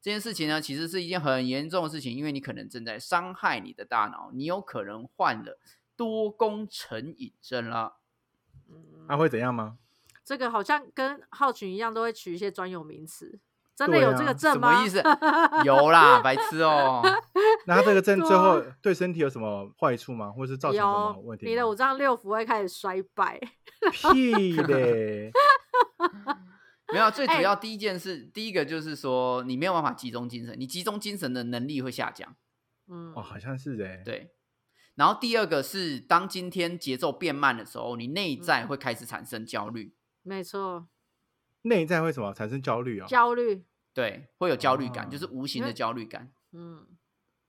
Speaker 3: 这件事情呢，其实是一件很严重的事情，因为你可能正在伤害你的大脑，你有可能患了多功成瘾症了。嗯
Speaker 1: 那会怎样吗？
Speaker 2: 这个好像跟浩群一样，都会取一些专有名词。真的
Speaker 1: 对
Speaker 2: 有
Speaker 1: 啊
Speaker 2: 这个
Speaker 3: 什
Speaker 2: 症吗？
Speaker 3: 么意思？有啦，白痴哦、
Speaker 1: 那它这个 症
Speaker 2: 对
Speaker 1: 最后
Speaker 2: 啊
Speaker 1: 对身体有什么坏处吗？或者是造成什么
Speaker 2: 有
Speaker 1: 问题吗？
Speaker 2: 你的五脏六腑会开始衰败。
Speaker 1: 屁 嘞！
Speaker 3: 没有，最主
Speaker 2: 哎
Speaker 3: 要第一件事，第一个就是说你没有办法集中精神，你集中精神的能力会下降，
Speaker 2: 嗯，
Speaker 1: 哦，好像是哎、
Speaker 3: 对。然后第二个是，当今天节奏变慢的时候，你
Speaker 2: 嗯
Speaker 3: 内在会开始产生焦虑，
Speaker 2: 没错，
Speaker 1: 内在会什么产生焦虑啊、
Speaker 2: 焦虑，
Speaker 3: 对，会有焦虑感，
Speaker 1: 哦
Speaker 3: 就是无形
Speaker 2: 因
Speaker 3: 的
Speaker 2: 为
Speaker 3: 焦虑感。
Speaker 2: 嗯，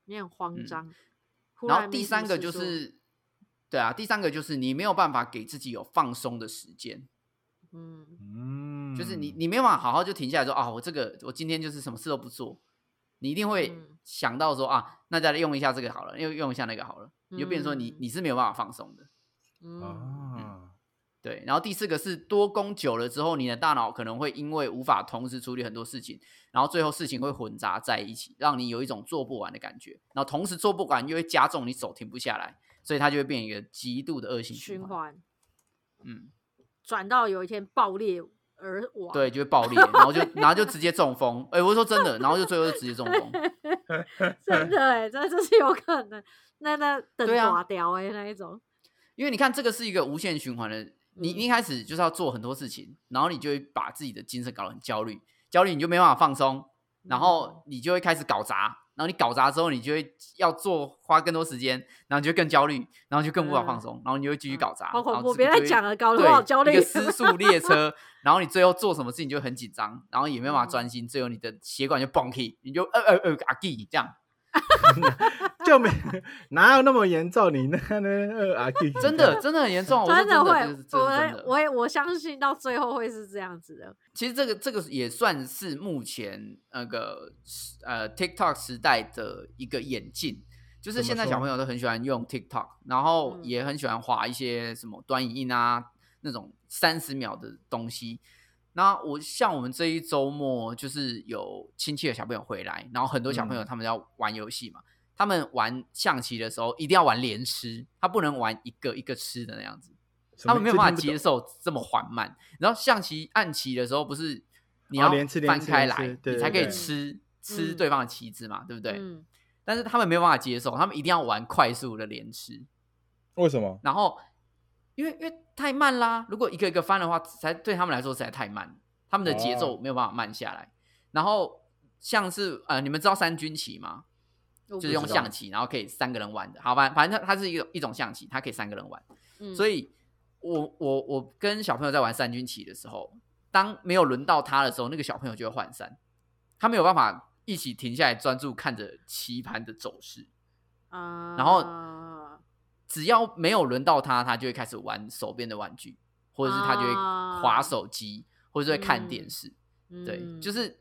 Speaker 2: 你很慌
Speaker 3: 嗯
Speaker 2: 张。忽
Speaker 3: 然后
Speaker 2: 没
Speaker 3: 第
Speaker 2: 什
Speaker 3: 三
Speaker 2: 么
Speaker 3: 个
Speaker 2: 事
Speaker 3: 就
Speaker 2: 做，
Speaker 3: 是，对啊，第三个就是你没有办法给自己有放松的时间，
Speaker 2: 嗯，
Speaker 1: 嗯，
Speaker 3: 就是你你没有办法好好就停下来说啊，我这个我今天就是什么事都不做，你一定会
Speaker 2: 嗯
Speaker 3: 想到说啊，那再来用一下这个好了，又用一下那个好了，你就变成说你
Speaker 2: 嗯
Speaker 3: 你是没有办法放松的。
Speaker 1: 哦
Speaker 2: 嗯，
Speaker 1: 啊，
Speaker 3: 对，然后第四个是多工久了之后，你的大脑可能会因为无法同时处理很多事情，然后最后事情会混杂在一起，让你有一种做不完的感觉。然后同时做不完，又会加重你手停不下来，所以它就会变一个极度的恶性循
Speaker 2: 循
Speaker 3: 环。
Speaker 2: 环
Speaker 3: 嗯，
Speaker 2: 转到有一天爆裂而亡。
Speaker 3: 对，就会爆裂，然后就然后就直接中风。哎、我是说真的，然后就最后就直接中风。
Speaker 2: 真的哎、欸，真的这是有可能。那那等
Speaker 3: 对啊
Speaker 2: 垮掉哎、那一种，
Speaker 3: 因为你看，这个是一个无限循环的。你
Speaker 2: 嗯
Speaker 3: 你一开始就是要做很多事情，然后你就会把自己的精神搞得很焦虑，焦虑你就没办法放松，然
Speaker 2: 嗯
Speaker 3: 后你就会开始搞砸，然后你搞砸之后，你就会要做花更多时间，然后你就更焦虑，然后就更无法放松，然后你就会继续搞砸。
Speaker 2: 嗯好恐
Speaker 3: 然后
Speaker 2: 怖
Speaker 3: 这个就
Speaker 2: 别再
Speaker 3: 会
Speaker 2: 讲了搞得
Speaker 3: 对
Speaker 2: 我好焦虑
Speaker 3: 一个失速列车，然后你最后做什么事情就很紧张，然后也没办法
Speaker 2: 嗯
Speaker 3: 专心，最后你的血管就崩起，你就呃呃呃啊叽这样，
Speaker 1: 就没 哪有那么严重？你那那呃阿 K
Speaker 3: 真的真的很严重，我说
Speaker 2: 真
Speaker 3: 真的
Speaker 2: 会
Speaker 3: 这是，这是真的
Speaker 2: 我我也我相信到最后会是这样子的。
Speaker 3: 其实这个这个也算是目前那个时呃 TikTok 时代的一个演进，就是
Speaker 1: 怎么
Speaker 3: 现在
Speaker 1: 说
Speaker 3: 小朋友都很喜欢用 TikTok，然后
Speaker 2: 嗯
Speaker 3: 也很喜欢滑一些什么短影音啊那种三十秒的东西。那我像我们这一周末就是有亲戚的小朋友回来，然后很多小朋友
Speaker 1: 嗯
Speaker 3: 他们要玩游戏嘛，他们玩象棋的时候一定要玩连吃，他不能玩一个一个吃的那样子。他们没有办法接
Speaker 1: 受，
Speaker 3: 受这么缓慢。然后象棋按棋的时候，不是你
Speaker 1: 哦
Speaker 3: 要
Speaker 1: 连吃连
Speaker 3: 翻
Speaker 1: 吃
Speaker 3: 开来
Speaker 1: 连吃，对
Speaker 3: 你
Speaker 1: 对
Speaker 3: 才可以
Speaker 2: 对
Speaker 3: 吃吃
Speaker 2: 嗯
Speaker 3: 对方的棋子嘛，对不对？
Speaker 2: 嗯，
Speaker 3: 但是他们没有办法接受，他们一定要玩快速的连吃，
Speaker 1: 为什么？
Speaker 3: 然后因为因为太慢啦，如果一个一个翻的话，才对他们来说实在太慢，他们的节奏
Speaker 1: 哦
Speaker 3: 没有办法慢下来。然后像是呃，你们知道三军棋吗？
Speaker 2: 就
Speaker 3: 就是用象棋，然后可以三个人玩的。好吧，反正它它是一种一种象棋，它可以三个人玩。
Speaker 2: 嗯
Speaker 3: 所以我我我跟小朋友在玩三军棋的时候，当没有轮到他的时候，那个小朋友就会涣散，他没有办法一起停下来专注看着棋盘的走势。
Speaker 2: 啊，
Speaker 3: 然后只要没有轮到他，他就会开始玩手边的玩具，或者是他就会划
Speaker 2: 啊
Speaker 3: 手机，或者是会看电
Speaker 2: 嗯
Speaker 3: 视。对，
Speaker 2: 嗯
Speaker 3: 就是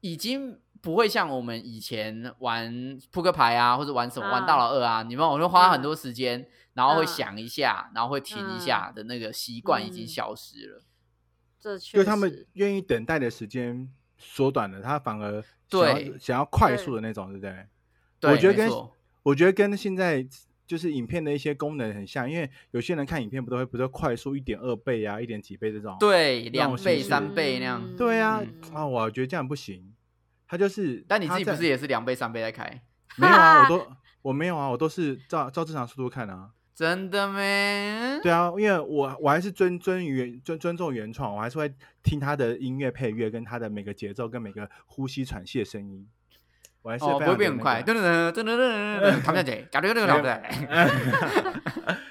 Speaker 3: 已经不会像我们以前玩扑克牌啊，或者玩什么、玩大老二啊，你们我就花很多时间，然后会
Speaker 2: 嗯
Speaker 3: 想一下，然后会停一下的那个习惯已经
Speaker 2: 嗯
Speaker 3: 消失了。
Speaker 2: 这
Speaker 1: 就
Speaker 2: 确
Speaker 1: 他们
Speaker 2: 实
Speaker 1: 愿意等待的时间缩短了，他反而想要
Speaker 3: 对
Speaker 1: 想要快
Speaker 2: 对
Speaker 1: 速的那种，对不对？
Speaker 3: 对，
Speaker 1: 我觉得
Speaker 3: 没
Speaker 1: 跟
Speaker 3: 错
Speaker 1: 我觉得跟现在就是影片的一些功能很像，因为有些人看影片不都会不都快速一点二倍啊，一点几倍这种。
Speaker 3: 对
Speaker 1: 那
Speaker 3: 两
Speaker 1: 种
Speaker 3: 倍、
Speaker 1: 形式
Speaker 3: 三倍那样。
Speaker 2: 嗯
Speaker 1: 对啊
Speaker 3: 嗯，
Speaker 1: 啊，我觉得这样不行。他就是，
Speaker 3: 但你自己
Speaker 1: 他
Speaker 3: 不
Speaker 1: 在
Speaker 3: 是也是两倍、三倍在开？
Speaker 1: 没有啊？我都我没有啊，我都是照照正常速度看啊。
Speaker 3: 真的咩？
Speaker 1: 对啊，因为我我还是尊尊原尊尊重原创，我还是会听他的音乐配乐，跟他的每个节奏，跟每个呼吸喘气的声音，我还是
Speaker 3: 哦，
Speaker 1: 非
Speaker 3: 不会
Speaker 1: 常的
Speaker 3: 变很
Speaker 1: 那
Speaker 3: 快，
Speaker 1: 个
Speaker 3: 噔噔噔噔噔噔噔，卡不下去，嘎溜溜溜溜。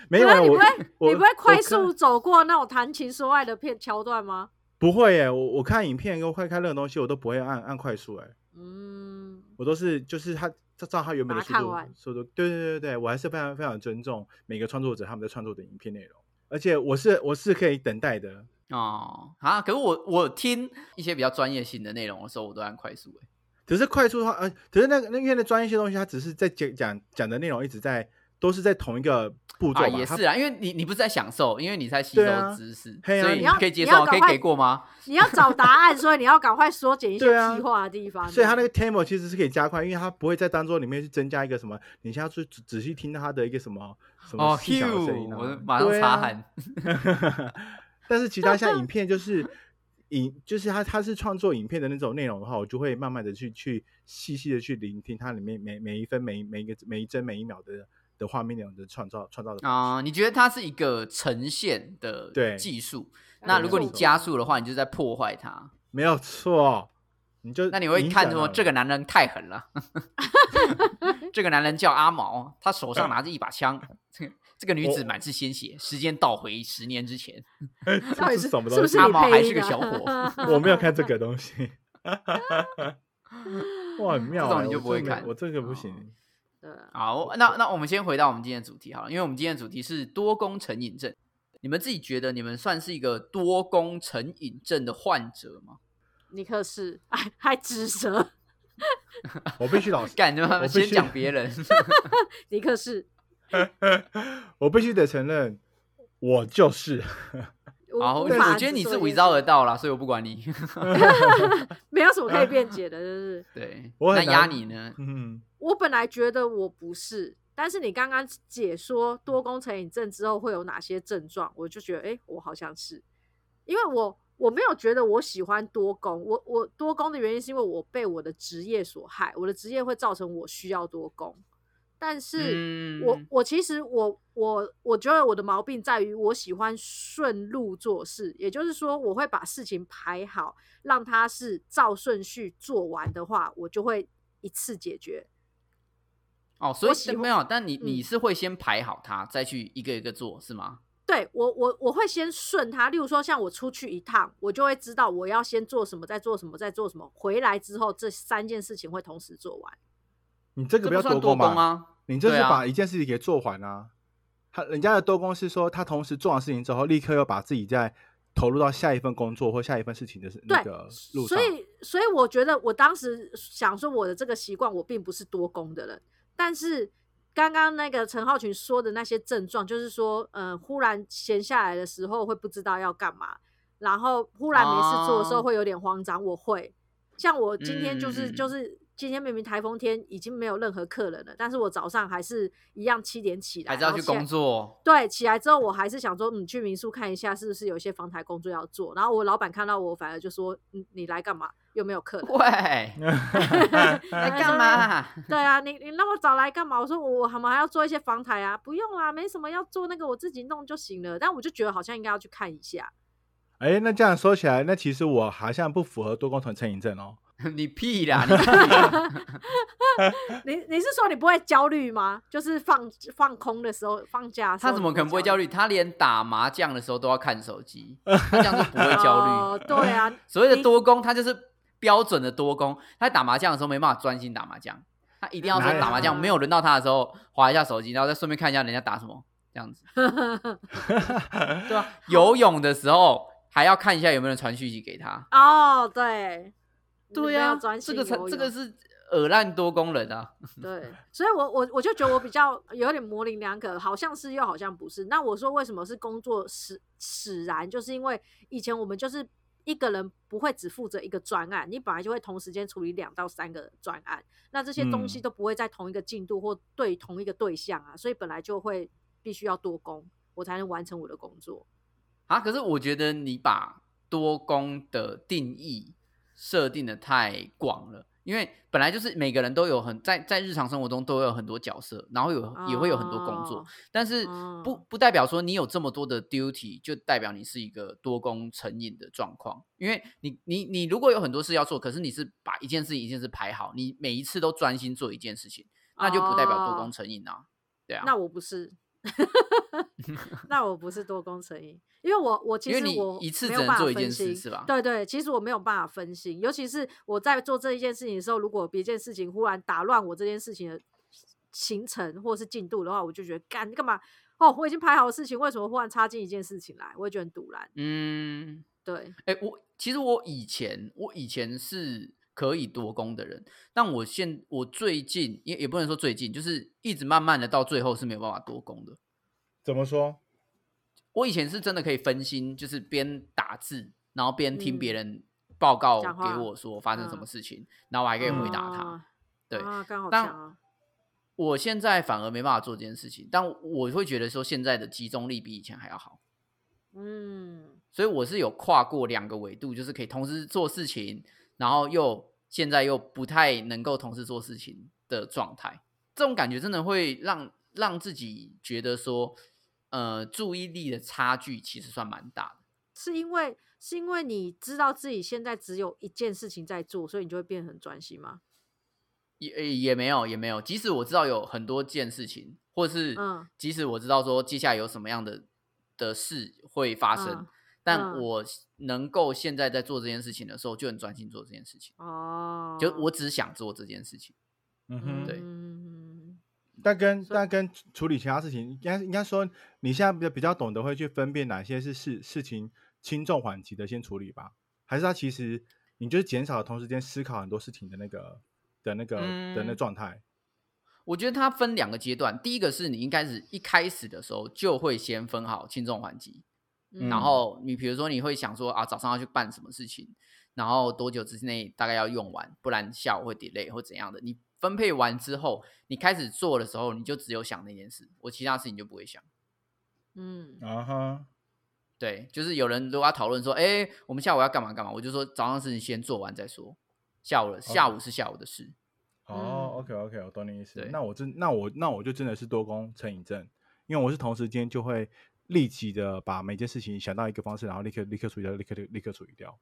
Speaker 1: 没有啊，
Speaker 2: 你不
Speaker 1: 我
Speaker 2: 会
Speaker 1: 我
Speaker 2: 你不会
Speaker 1: 我
Speaker 2: 快
Speaker 1: 看
Speaker 2: 速走过那种谈情说爱的片桥段吗？
Speaker 1: 不会耶，我我看影片跟快看任何东西，我都不会按按快速哎，
Speaker 2: 嗯，
Speaker 1: 我都是就是他照照他原本的
Speaker 2: 把它
Speaker 1: 速
Speaker 2: 看
Speaker 1: 度
Speaker 2: 完
Speaker 1: 速度，对对对对，我还是非常非常尊重每个创作者他们在创作的影片内容，而且我是我是可以等待的，
Speaker 3: 哦，啊！可是我我听一些比较专业性的内容的时候，我都按快速、欸。
Speaker 1: 只是快速的话，呃，只是那个那因为那专业性东西，它只是在讲讲讲的内容一直在都是在同一个步骤
Speaker 3: 啊，
Speaker 1: 嘛，
Speaker 3: 也
Speaker 1: 它
Speaker 3: 是啊，因为你你不是在享受，因为你在吸
Speaker 1: 对
Speaker 3: 收
Speaker 1: 啊
Speaker 3: 知识，
Speaker 1: 嘿啊
Speaker 3: 所以
Speaker 1: 你
Speaker 3: 你
Speaker 2: 要
Speaker 3: 可以接
Speaker 2: 你
Speaker 3: 受啊，
Speaker 2: 要
Speaker 3: 可以
Speaker 2: 赶快
Speaker 3: 给过吗？
Speaker 2: 你要找答案，所以你要赶快缩减一些
Speaker 1: 对啊
Speaker 2: 计划的地方。
Speaker 1: 所以它那个 tempo 其实是可以加快，因为它不会在当中里面去增加一个什么，你现在去仔仔细听它的一个什么什么
Speaker 3: 哦
Speaker 1: 细小的声音、
Speaker 3: ，Hugh，
Speaker 1: 啊，
Speaker 3: 我马上
Speaker 1: 对
Speaker 3: 擦
Speaker 1: 啊
Speaker 3: 汗。
Speaker 1: 但是其他像影片就是 影就是他他是创作影片的那种内容的话，我就会慢慢的去去细细的去聆听它里面每每一分每一每一个每一帧每一秒的的画面内容的创造创造的
Speaker 3: 啊、你觉得它是一个呈现的
Speaker 1: 对
Speaker 3: 技术？
Speaker 2: 对
Speaker 3: 那
Speaker 1: 没
Speaker 3: 如果你
Speaker 1: 错
Speaker 3: 加速的话，你就在破坏它。
Speaker 1: 没有错，你就
Speaker 3: 那你会看说
Speaker 1: 说
Speaker 3: 这个男人太狠 了，这个男人叫阿毛，他手 上拿着一把枪，这个这个女子
Speaker 1: 我
Speaker 3: 满是鲜血，时间倒回十年之前，
Speaker 2: 到底
Speaker 1: 是
Speaker 2: 是
Speaker 1: 什么
Speaker 2: 是
Speaker 1: 东西
Speaker 2: 不 是？你
Speaker 3: 阿毛
Speaker 2: 配
Speaker 3: 还
Speaker 2: 音啊
Speaker 3: 是个
Speaker 2: 的
Speaker 3: 小 伙
Speaker 1: 我没有看这个东西， 哇，很妙、
Speaker 3: 这种
Speaker 1: 欸，
Speaker 3: 你就
Speaker 1: 我
Speaker 3: 不会
Speaker 1: 这个
Speaker 3: 看
Speaker 1: 我这个不
Speaker 3: 哦
Speaker 1: 行。
Speaker 2: 对啊
Speaker 3: 好，那那我们先回到我们今天的主题好了，因为我们今天的主题是多功成瘾症。你们自己觉得你们算是一个多功成瘾症的患者吗？
Speaker 2: 尼克是 还还指责
Speaker 1: 我必须老 实，
Speaker 3: 干，你
Speaker 1: 我
Speaker 3: 们
Speaker 1: 必须
Speaker 3: 先讲别 人，
Speaker 2: 尼克是，
Speaker 1: 我必须得承认，我就是。
Speaker 2: 我
Speaker 3: 好，
Speaker 2: 无
Speaker 3: 我
Speaker 2: 法
Speaker 3: 我觉得
Speaker 2: 指
Speaker 3: 你
Speaker 2: 责
Speaker 3: 是
Speaker 2: 这
Speaker 3: 伪
Speaker 2: 件
Speaker 3: 造
Speaker 2: 事
Speaker 3: 得到啦，所以我不管你。
Speaker 2: 没有什么可以辩解的，就是
Speaker 3: 对，
Speaker 1: 我
Speaker 3: 那
Speaker 1: 很
Speaker 3: 压
Speaker 1: 难
Speaker 3: 你呢？
Speaker 1: 嗯，
Speaker 2: 我本来觉得我不是，但是你刚刚解说多功成瘾症之后会有哪些症状，我就觉得哎、诶我好像是，因为我我没有觉得我喜欢多功，我我多功的原因是因为我被我的职业所害，我的职业会造成我需要多功，但是。
Speaker 3: 嗯
Speaker 2: 我我其实我我我觉得我的毛病在于我喜欢顺路做事，也就是说我会把事情排好，让它是照顺序做完的话，我就会一次解决。
Speaker 3: 哦，所
Speaker 2: 我喜
Speaker 3: 以没有，但你你
Speaker 2: 嗯
Speaker 3: 是会先排好它，再去一个一个做，是吗？
Speaker 2: 对我我我会先顺它，例如说像我出去一趟，我就会知道我要先做什么，再做什么，再做什么，回来之后这三件事情会同时做完。
Speaker 1: 你这
Speaker 3: 这
Speaker 1: 个不
Speaker 3: 不
Speaker 1: 要
Speaker 3: 算多
Speaker 1: 多功
Speaker 3: 功！啊，
Speaker 1: 你这是
Speaker 3: 对啊
Speaker 1: 把一件事情给做完啊。他人家的多功是说，他同时做完事情之后，立刻又把自己再投入到下一份工作或下一份事情的那
Speaker 2: 对
Speaker 1: 个路上。
Speaker 2: 所以所以我觉得我当时想说我的这个习惯我并不是多功的人，但是刚刚那个陈浩群说的那些症状，就是说，呃，忽然闲下来的时候会不知道要干嘛，然后忽然没事做的时候
Speaker 3: 哦
Speaker 2: 会有点慌张，我会。像我今天就
Speaker 3: 嗯
Speaker 2: 是、
Speaker 3: 嗯嗯
Speaker 2: 就是今天明明台风天已经没有任何客人了，但是我早上还是一样七点起来，
Speaker 3: 还是要
Speaker 2: 然后
Speaker 3: 去
Speaker 2: 起来
Speaker 3: 工作。
Speaker 2: 对，起来之后我还是想说，嗯，去民宿看一下是不是有一些房台工作要做。然后我老板看到我，反而就说，嗯，你来干嘛？又没有客人。
Speaker 3: 喂，来干嘛？
Speaker 2: 对啊，你你那么早来干嘛？我说我我们还要做一些房台啊，不用啦，没什么要做，那个我自己弄就行了。但我就觉得好像应该要去看一下。
Speaker 1: 哎，那这样说起来，那其实我好像不符合多功成成瘾症 哦。
Speaker 3: 你屁啦！你屁啦
Speaker 2: 你你是说你不会焦虑吗？就是放放空的时候，放假的时候
Speaker 3: 他怎么可能不会焦
Speaker 2: 虑？
Speaker 3: 虑？他连打麻将的时候都要看手 机，他这样就不会焦
Speaker 2: 哦
Speaker 3: 虑。
Speaker 2: 对啊，
Speaker 3: 所谓的多功，他就是标准的多功。他在打麻将的时候没办法专心打麻将，他一定要说
Speaker 1: 哪有
Speaker 3: 打麻将没有轮到他的时候，划一下手机，然后再顺便看一下人家打什么，这样子。对啊，游泳的时候还要看一下有没有人传讯息给他。
Speaker 2: 哦，对，
Speaker 3: 对
Speaker 2: 呀、
Speaker 3: 呀、
Speaker 2: 啊，专
Speaker 3: 这
Speaker 2: 心
Speaker 3: 个才
Speaker 2: 游
Speaker 3: 这
Speaker 2: 泳
Speaker 3: 个是耳烂多功人啊。
Speaker 2: 对，所以我我我就觉得我比较有点模棱两可，好像是又好像不是。那我说为什么是工作使使然，就是因为以前我们就是一个人不会只负责一个专案，你本来就会同时间处理两到三个专案，那这些东西
Speaker 1: 嗯
Speaker 2: 都不会在同一个进度或对同一个对象啊，所以本来就会必须要多工，我才能完成我的工作。
Speaker 3: 啊，可是我觉得你把多功的定义设定的太广了，因为本来就是每个人都有很在在日常生活中都有很多角色，然后有也会有很多工作，
Speaker 2: 哦
Speaker 3: 但是不
Speaker 2: 哦
Speaker 3: 不代表说你有这么多的 duty 就代表你是一个多功成瘾的状况，因为你你你如果有很多事要做，可是你是把一件事情一件事排好，你每一次都专心做一件事情，那就不代表多
Speaker 2: 哦
Speaker 3: 功成瘾啊，对啊，
Speaker 2: 那我不是， 那我不是多功成瘾，因为我我其
Speaker 3: 因为
Speaker 2: 实
Speaker 3: 你
Speaker 2: 我
Speaker 3: 一次
Speaker 2: 没
Speaker 3: 只
Speaker 2: 有
Speaker 3: 能
Speaker 2: 办法
Speaker 3: 做一
Speaker 2: 分
Speaker 3: 件事
Speaker 2: 心
Speaker 3: 是吧
Speaker 2: 对对，其实我没有办法分心，尤其是我在做这一件事情的时候，如果别件事情忽然打乱我这件事情的行程或是进度的话，我就觉得干你干嘛？哦，我已经排好的事情，为什么忽然插进一件事情来？我会觉得很堵然。
Speaker 3: 嗯。
Speaker 2: 对，
Speaker 3: 哎、我其实我以前我以前是可以多功的人，但我现我最近也也不能说最近，就是一直慢慢的到最后是没有办法多功的。
Speaker 1: 怎么说？
Speaker 3: 我以前是真的可以分心，就是边打字，然后边听别
Speaker 2: 嗯
Speaker 3: 人报告
Speaker 2: 讲
Speaker 3: 给
Speaker 2: 话
Speaker 3: 我说发生什么
Speaker 2: 嗯
Speaker 3: 事情，然后我还可以回答他。
Speaker 2: 啊
Speaker 3: 对
Speaker 2: 啊，刚好
Speaker 3: 但
Speaker 2: 强啊，
Speaker 3: 我现在反而没办法做这件事情，但我会觉得说现在的集中力比以前还要好。
Speaker 2: 嗯，
Speaker 3: 所以我是有跨过两个维度，就是可以同时做事情，然后又现在又不太能够同时做事情的状态。这种感觉真的会让让自己觉得说，呃，注意力的差距其实算蛮大的。
Speaker 2: 是因为是因为你知道自己现在只有一件事情在做，所以你就会变得很专心吗？
Speaker 3: 也也没有也没有，即使我知道有很多件事情，或是
Speaker 2: 嗯
Speaker 3: 即使我知道说接下来有什么样的的事会发生，
Speaker 2: 嗯
Speaker 3: 但
Speaker 2: 嗯
Speaker 3: 我能够现在在做这件事情的时候，就很专心做这件事情，
Speaker 2: 哦，
Speaker 3: 就我只想做这件事情。
Speaker 1: 嗯
Speaker 2: 嗯
Speaker 1: 哼，
Speaker 3: 对
Speaker 1: 但跟
Speaker 2: 所以
Speaker 1: 但跟处理其他事情，应该应该说你现在比较比较懂得会去分辨哪些是事事情轻重缓急的先处理吧，还是他其实你就是减少了同时间思考很多事情的那个的那个的那
Speaker 3: 嗯
Speaker 1: 状态。
Speaker 3: 我觉得它分两个阶段，第一个是你应该是一开始的时候就会先分好轻重缓急，
Speaker 2: 嗯
Speaker 3: 然后你比如说你会想说啊，早上要去办什么事情，然后多久之内大概要用完，不然下午会 delay 或怎样的。你分配完之后，你开始做的时候，你就只有想那件事，我其他事情就不会想。
Speaker 2: 嗯
Speaker 1: 啊哈，
Speaker 3: 对，就是有人如果要讨论说，哎，我们下午要干嘛干嘛，我就说早上的事情先做完再说，下午了，下午是下午的事。
Speaker 1: 哦
Speaker 2: 嗯
Speaker 1: ，OK OK，我懂你意思
Speaker 3: 对。
Speaker 1: 那我真那我那我就真的是多功成瘾症，因为我是同时间就会立即的把每件事情想到一个方式，然后立刻立刻处理掉，立刻立刻处理掉，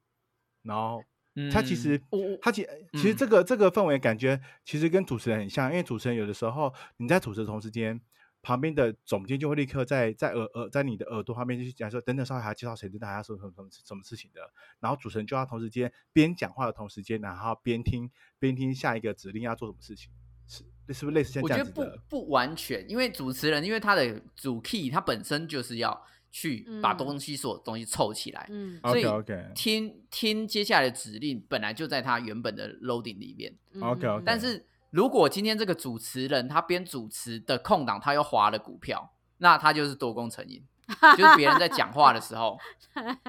Speaker 1: 然后
Speaker 3: 嗯，
Speaker 1: 他其实
Speaker 3: 我我嗯
Speaker 1: 他其其实这个、这个氛围感觉其实跟主持人很像，因为主持人有的时候你在主持的同时间，旁边的总监就会立刻在在耳耳在你的耳朵旁边就去讲说，等等稍微还要介绍谁，等等还要说什么什么什么事情的，然后主持人就要同时间边讲话的同时间，然后边听边听下一个指令要做什么事情，是是不是类似像
Speaker 3: 我
Speaker 1: 这
Speaker 3: 觉
Speaker 1: 样
Speaker 3: 得
Speaker 1: 子
Speaker 3: 不
Speaker 1: 的？
Speaker 3: 不完全，因为主持人因为他的主 key 他本身就是要去把
Speaker 2: 嗯
Speaker 3: 东西所有东西凑起来，
Speaker 2: 嗯
Speaker 3: 所以
Speaker 1: OK，OK
Speaker 3: 听听接下来的指令本来就在他原本的 loading 里面，
Speaker 2: 嗯
Speaker 1: OK，OK
Speaker 3: 但是如果今天这个主持人他边主持的空档他又划了股票，那他就是多功成 瘾，就是别人在讲话的时候，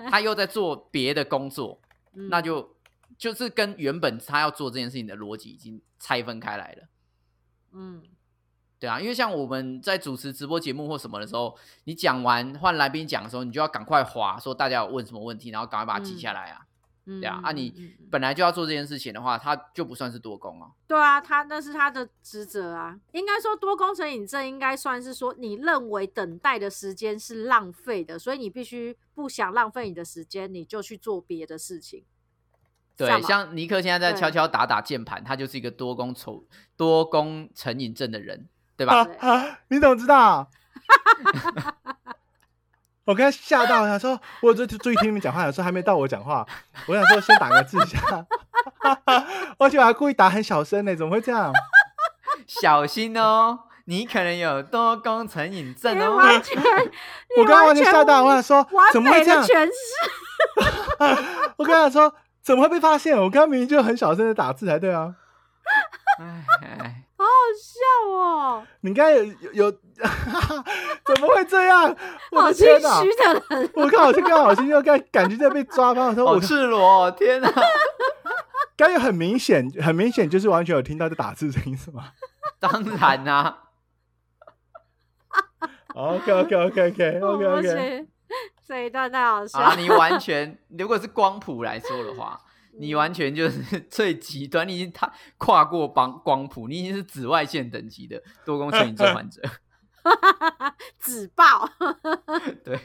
Speaker 3: 他又在做别的工作，
Speaker 2: 嗯
Speaker 3: 那就就是跟原本他要做这件事情的逻辑已经拆分开来了。
Speaker 2: 嗯
Speaker 3: 对啊，因为像我们在主持直播节目或什么的时候，你讲完换来宾讲的时候，你就要赶快划说大家有问什么问题，然后赶快把它记下来啊。
Speaker 2: 嗯，
Speaker 3: 对啊，啊你
Speaker 2: 嗯嗯
Speaker 3: 本来就要做这件事情的话，它就不算是多功啊。
Speaker 2: 对啊，他那是他的职责啊。应该说多工程引证应该算是说，你认为等待的时间是浪费的，所以你必须不想浪费你的时间，你就去做别的事情。是这
Speaker 3: 对，
Speaker 2: 样吗
Speaker 3: 像尼克现在在
Speaker 2: 对
Speaker 3: 敲敲打打键盘，他就是一个多功仇多功成瘾症的人，对吧？
Speaker 1: 你怎么知道？我刚才吓到，我想说，我就注意听你们讲话，有时候还没到我讲话，我想说先打个字一下，而且我还故意打很小声呢，怎么会这样？
Speaker 3: 小心哦，你可能有多功成瘾症
Speaker 2: 你
Speaker 3: 哦。
Speaker 2: 哎完全，
Speaker 1: 我
Speaker 2: 你
Speaker 1: 刚刚完
Speaker 2: 完
Speaker 1: 全吓到，我想说
Speaker 2: 完
Speaker 1: 怎么会
Speaker 2: 美
Speaker 1: 这
Speaker 2: 的
Speaker 1: 样？
Speaker 2: 诠释。
Speaker 1: 我刚才说怎么会被发现？我刚刚明明就很小声的打字才对啊！
Speaker 3: 哎哎，
Speaker 2: 笑哦，
Speaker 1: 你刚才有有有，怎么会这样？我
Speaker 2: 好
Speaker 1: 的
Speaker 2: 心
Speaker 1: 天哪！
Speaker 2: 虚的人，
Speaker 1: 我靠，我就刚好心又感感觉在被抓包，我说
Speaker 3: 好
Speaker 1: 我
Speaker 3: 赤裸、哦，天哪！
Speaker 1: 刚才很明显，很明显就是完全有听到在打字声音是 吗？
Speaker 3: 当然啊啦、
Speaker 1: OK OK OK OK
Speaker 3: 哦
Speaker 2: 我
Speaker 1: OK
Speaker 2: 不
Speaker 1: OK，
Speaker 2: 行，哦这一段太好笑。
Speaker 3: 啊，你完全，如果是光谱来说的话，你完全就是 最极端，你已经踏跨过光光谱，你已经是紫外线等级的多功成瘾症患者。
Speaker 2: 自爆，
Speaker 3: 对，